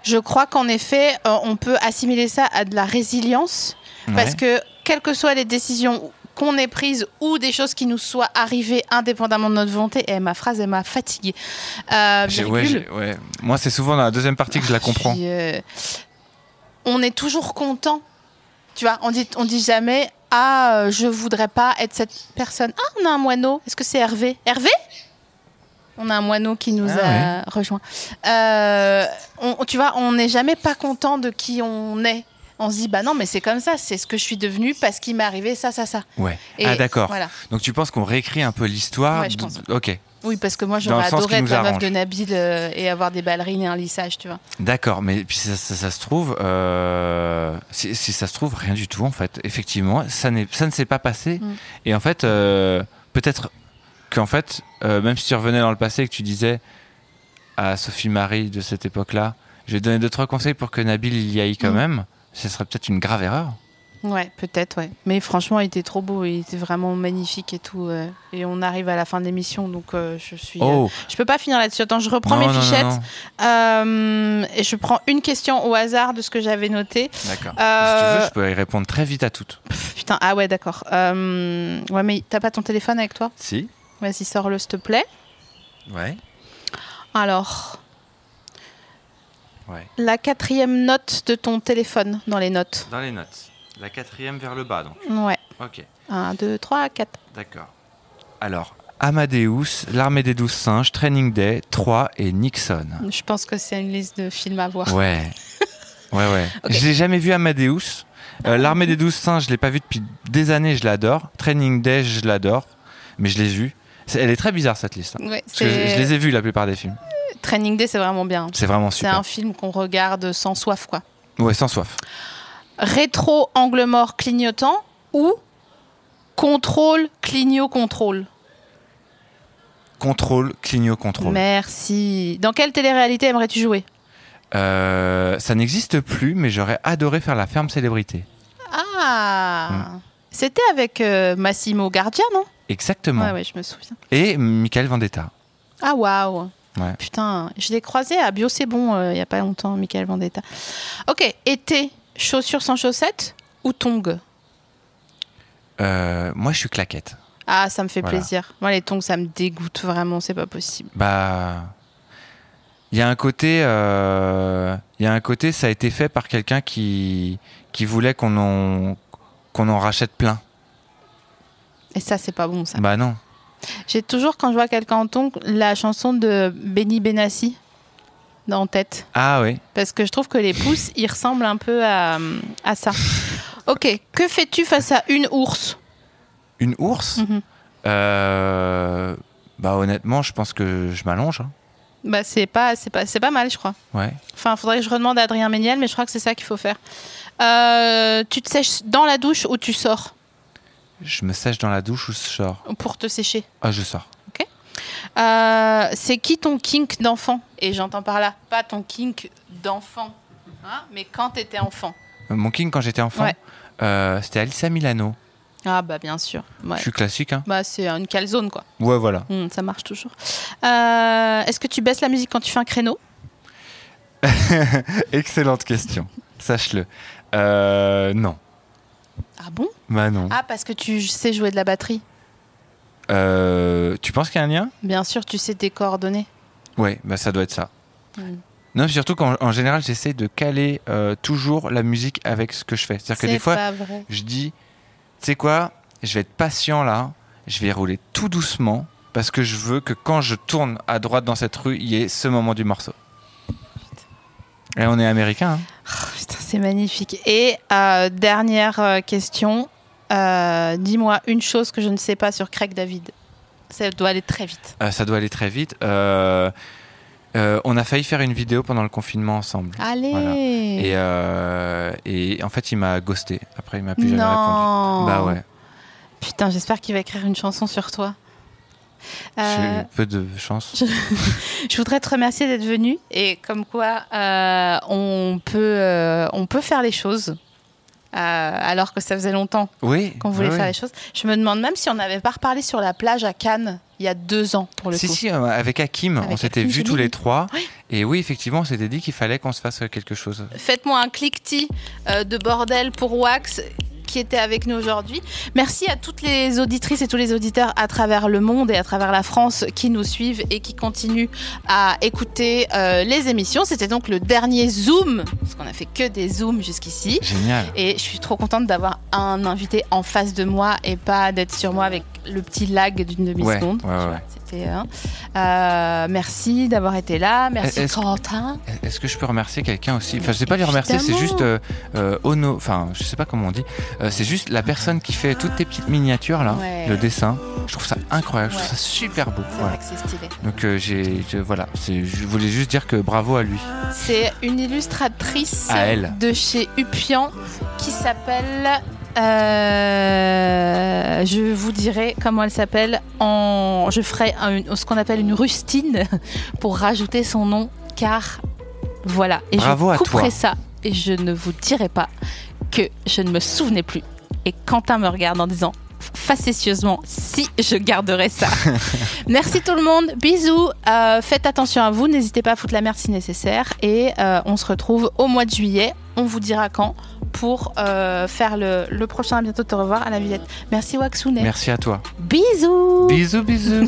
Speaker 3: Je crois qu'en effet, euh, on peut assimiler ça à de la résilience, parce
Speaker 4: Ouais.
Speaker 3: que quelles que soient les décisions qu'on ait prises ou des choses qui nous soient arrivées indépendamment de notre volonté, et ma phrase, elle m'a fatiguée. Euh,
Speaker 4: J'ai- ouais,
Speaker 3: virgule.
Speaker 4: j'ai- ouais. Moi c'est souvent dans la deuxième partie que je la comprends.
Speaker 3: Puis, euh, on est toujours content. Tu vois, on dit, on dit jamais Ah, euh, je voudrais pas être cette personne. Ah, on a un moineau. Est-ce que c'est Hervé Hervé On a un moineau qui nous
Speaker 4: Ah,
Speaker 3: a rejoint. Euh, on- tu vois, on n'est jamais pas content de qui on est. On se dit Bah non, mais c'est comme ça. C'est ce que je suis devenue parce qu'il m'est arrivé ça, ça, ça.
Speaker 4: Ouais.
Speaker 3: Et
Speaker 4: ah d'accord.
Speaker 3: Voilà.
Speaker 4: Donc tu penses qu'on réécrit un peu l'histoire
Speaker 3: Ouais, je
Speaker 4: de-
Speaker 3: pense.
Speaker 4: Ok.
Speaker 3: Oui, parce que moi,
Speaker 4: Dans le
Speaker 3: j'aurais
Speaker 4: sens qui
Speaker 3: adoré être
Speaker 4: nous
Speaker 3: la meuf
Speaker 4: arrange.
Speaker 3: de Nabil euh, et avoir des ballerines et un lissage, tu vois.
Speaker 4: D'accord, mais puis ça, ça- ça se trouve, euh, si, si ça se trouve, rien du tout en fait. Effectivement, ça, n'est- ça ne s'est pas passé.
Speaker 3: Mm.
Speaker 4: Et en fait, euh, peut-être qu'en fait, euh, même si tu revenais dans le passé et que tu disais à Sophie Marie de cette époque-là, je vais te donner deux trois conseils pour que Nabil il y aille quand
Speaker 3: Mm.
Speaker 4: même, ce serait peut-être une grave erreur.
Speaker 3: Ouais, peut-être, ouais. Mais franchement, il était trop beau, il était vraiment magnifique et tout. euh, et on arrive à la fin de l'émission, donc euh, je suis. euh,
Speaker 4: Oh,
Speaker 3: je peux pas finir là-dessus. Attends, je reprends
Speaker 4: non,
Speaker 3: mes
Speaker 4: non, non,
Speaker 3: fichettes
Speaker 4: non.
Speaker 3: euh, et je prends une question au hasard de ce que j'avais noté.
Speaker 4: D'accord. Si
Speaker 3: Euh,
Speaker 4: tu veux, je peux y répondre très vite à toutes.
Speaker 3: Pff, putain, ah ouais, d'accord. Euh, ouais, mais t'as pas ton téléphone avec toi
Speaker 4: Si.
Speaker 3: Vas-y, sors-le, s'il te plaît.
Speaker 4: Ouais.
Speaker 3: Alors,
Speaker 4: Ouais.
Speaker 3: la quatrième note de ton téléphone dans les notes.
Speaker 4: Dans les notes. La quatrième vers le bas, donc.
Speaker 3: Ouais.
Speaker 4: Ok.
Speaker 3: 1, 2, 3, 4.
Speaker 4: D'accord. Alors, Amadeus, L'Armée des Douze Singes, Training Day, 3 et Nixon.
Speaker 3: Je pense que c'est une liste de films à voir.
Speaker 4: Ouais. Ouais, ouais. Je l'ai jamais vu Amadeus. Euh, L'Armée des Douze Singes, je l'ai pas vu depuis des années, je l'adore. Training Day, je l'adore. Mais je l'ai vu. C'est- Elle est très bizarre cette liste. hein.
Speaker 3: Ouais,
Speaker 4: Parce que je, je
Speaker 3: c'est-
Speaker 4: les ai vus la plupart des films.
Speaker 3: Training Day, c'est vraiment bien.
Speaker 4: C'est vraiment
Speaker 3: C'est
Speaker 4: super.
Speaker 3: un film qu'on regarde sans soif, quoi.
Speaker 4: Ouais, sans soif.
Speaker 3: Rétro, angle mort, clignotant ou contrôle, clignot, contrôle.
Speaker 4: Contrôle, clignot, contrôle.
Speaker 3: Merci. Dans quelle télé-réalité aimerais-tu jouer
Speaker 4: Euh, ça n'existe plus, mais j'aurais adoré faire la ferme célébrité.
Speaker 3: Ah
Speaker 4: Hum.
Speaker 3: C'était avec euh, Massimo Gardia, non
Speaker 4: Exactement.
Speaker 3: Ouais, ouais, je me souviens.
Speaker 4: Et Michael Vendetta.
Speaker 3: Ah, waouh
Speaker 4: Ouais.
Speaker 3: Putain, je l'ai croisé à Bio C'est Bon euh, il y a pas longtemps, Michael Vendetta. Ok, été, chaussures sans chaussettes ou tongs
Speaker 4: Euh, moi, je suis claquette.
Speaker 3: Ah, ça me fait
Speaker 4: Voilà.
Speaker 3: plaisir. Moi, les tongs, ça me dégoûte vraiment, c'est pas possible.
Speaker 4: Bah, il y a un côté, euh, il y a un côté, ça a été fait par quelqu'un qui qui voulait qu'on en qu'on en rachète plein.
Speaker 3: Et ça, c'est pas bon, ça.
Speaker 4: Bah non.
Speaker 3: J'ai toujours, quand je vois quelqu'un en tongs, la chanson de Benny Benassi en tête.
Speaker 4: Ah oui.
Speaker 3: Parce que je trouve que les pouces, ils ressemblent un peu à, à ça. Ok, que fais-tu face à une ours
Speaker 4: Une ours.
Speaker 3: Mhm.
Speaker 4: Euh, bah honnêtement, je pense que je m'allonge. hein.
Speaker 3: Bah, c'est pas, c'est pas, c'est pas mal, je crois.
Speaker 4: Ouais.
Speaker 3: Enfin, faudrait que je redemande à Adrien Méniel, mais je crois que c'est ça qu'il faut faire. Euh, tu te sèches dans la douche ou tu sors
Speaker 4: Je me sèche dans la douche ou je sors.
Speaker 3: pour te sécher
Speaker 4: Ah, je sors.
Speaker 3: Euh, C'est qui ton kink d'enfant Et j'entends par là, pas ton kink d'enfant, hein, mais quand t'étais enfant.
Speaker 4: Euh, Mon king quand j'étais enfant,
Speaker 3: Ouais.
Speaker 4: euh, c'était Alissa Milano.
Speaker 3: Ah bah bien sûr. Ouais.
Speaker 4: Je suis classique, hein.
Speaker 3: Bah c'est une calzone quoi.
Speaker 4: Ouais, voilà.
Speaker 3: Hmm, ça marche toujours. Euh, Est-ce que tu baisses la musique quand tu fais un créneau
Speaker 4: Excellente question. Sache-le. Euh, non.
Speaker 3: Ah bon
Speaker 4: Bah non.
Speaker 3: Ah parce que tu sais jouer de la batterie.
Speaker 4: Euh, tu penses qu'il y a un lien
Speaker 3: Bien sûr, tu sais tes coordonnées.
Speaker 4: Ouais, bah ça doit être ça.
Speaker 3: Mm.
Speaker 4: Non, mais surtout qu'en en général, j'essaie de caler euh, toujours la musique avec ce que je fais. C'est-à-dire que des fois,
Speaker 3: pas vrai.
Speaker 4: je dis, tu sais quoi, je vais être patient là, je vais rouler tout doucement parce que je veux que quand je tourne à droite dans cette rue, il y ait ce moment du morceau. Et on est américain. hein.
Speaker 3: Oh, putain, c'est magnifique. Et euh, dernière euh, question. Euh, Dis-moi une chose que je ne sais pas sur Craig David. Ça doit aller très vite.
Speaker 4: Euh, ça doit aller très vite. Euh, euh, on a failli faire une vidéo pendant le confinement ensemble.
Speaker 3: Allez
Speaker 4: Voilà. Et, euh, et en fait, il m'a ghosté. Après, il m'a plus jamais répondu.
Speaker 3: Non
Speaker 4: Bah ouais.
Speaker 3: Putain, j'espère qu'il va écrire une chanson sur toi.
Speaker 4: J'ai
Speaker 3: Euh,
Speaker 4: eu peu de chance.
Speaker 3: Je voudrais te remercier d'être venu et comme quoi euh, on, peut, euh, on peut faire les choses euh, alors que ça faisait longtemps
Speaker 4: Oui.
Speaker 3: qu'on voulait faire les choses. Je me demande même si on n'avait pas reparlé sur la plage à Cannes il y a deux ans pour le
Speaker 4: Si,
Speaker 3: coup.
Speaker 4: si, euh, avec Hakim,
Speaker 3: Avec
Speaker 4: on s'était
Speaker 3: Hakim
Speaker 4: vus tous
Speaker 3: Jemili.
Speaker 4: les trois.
Speaker 3: Oui.
Speaker 4: Et oui, effectivement, on s'était dit qu'il fallait qu'on se fasse euh, quelque chose.
Speaker 3: Faites-moi un cliquetis euh, de bordel pour Wax qui était avec nous aujourd'hui. Merci à toutes les auditrices et tous les auditeurs à travers le monde et à travers la France qui nous suivent et qui continuent à écouter euh, les émissions. C'était donc le dernier Zoom, parce qu'on a fait que des Zooms jusqu'ici.
Speaker 4: Génial.
Speaker 3: Et je suis trop contente d'avoir un invité en face de moi et pas d'être sur moi avec le petit lag d'une
Speaker 4: Ouais,
Speaker 3: demi-seconde.
Speaker 4: ouais, ouais.
Speaker 3: C'était, hein. Euh, merci d'avoir été là. Merci
Speaker 4: Est-ce-
Speaker 3: Quentin.
Speaker 4: Est-ce que je peux remercier quelqu'un aussi Enfin, je sais pas les remercier, c'est
Speaker 3: Évidemment.
Speaker 4: juste euh, euh, Ono. Enfin, je sais pas comment on dit. Euh, c'est juste la personne qui fait toutes tes petites miniatures là,
Speaker 3: Ouais.
Speaker 4: le dessin. Je trouve ça incroyable. Je
Speaker 3: Ouais.
Speaker 4: trouve ça super beau.
Speaker 3: C'est
Speaker 4: Voilà.
Speaker 3: vrai que c'est stylé.
Speaker 4: Donc euh, j'ai je- voilà, c'est- je voulais juste dire que bravo à lui.
Speaker 3: C'est une illustratrice
Speaker 4: À elle.
Speaker 3: de chez Upian qui s'appelle. euh, je vous dirai comment elle s'appelle. En, je ferai un- ce qu'on appelle une rustine pour rajouter son nom, car voilà. Et
Speaker 4: Bravo à
Speaker 3: je
Speaker 4: toi.
Speaker 3: couperai ça et je ne vous dirai pas que je ne me souvenais plus. Et Quentin me regarde en disant facétieusement si je garderais ça. Merci tout le monde, bisous, Euh, faites attention à vous, n'hésitez pas à foutre la merde si nécessaire et euh, on se retrouve au mois de juillet, on vous dira quand pour euh, faire le, le prochain à bientôt de te revoir à la Villette. Merci Waxoune.
Speaker 4: Merci à toi.
Speaker 3: Bisous.
Speaker 4: Bisous, bisous.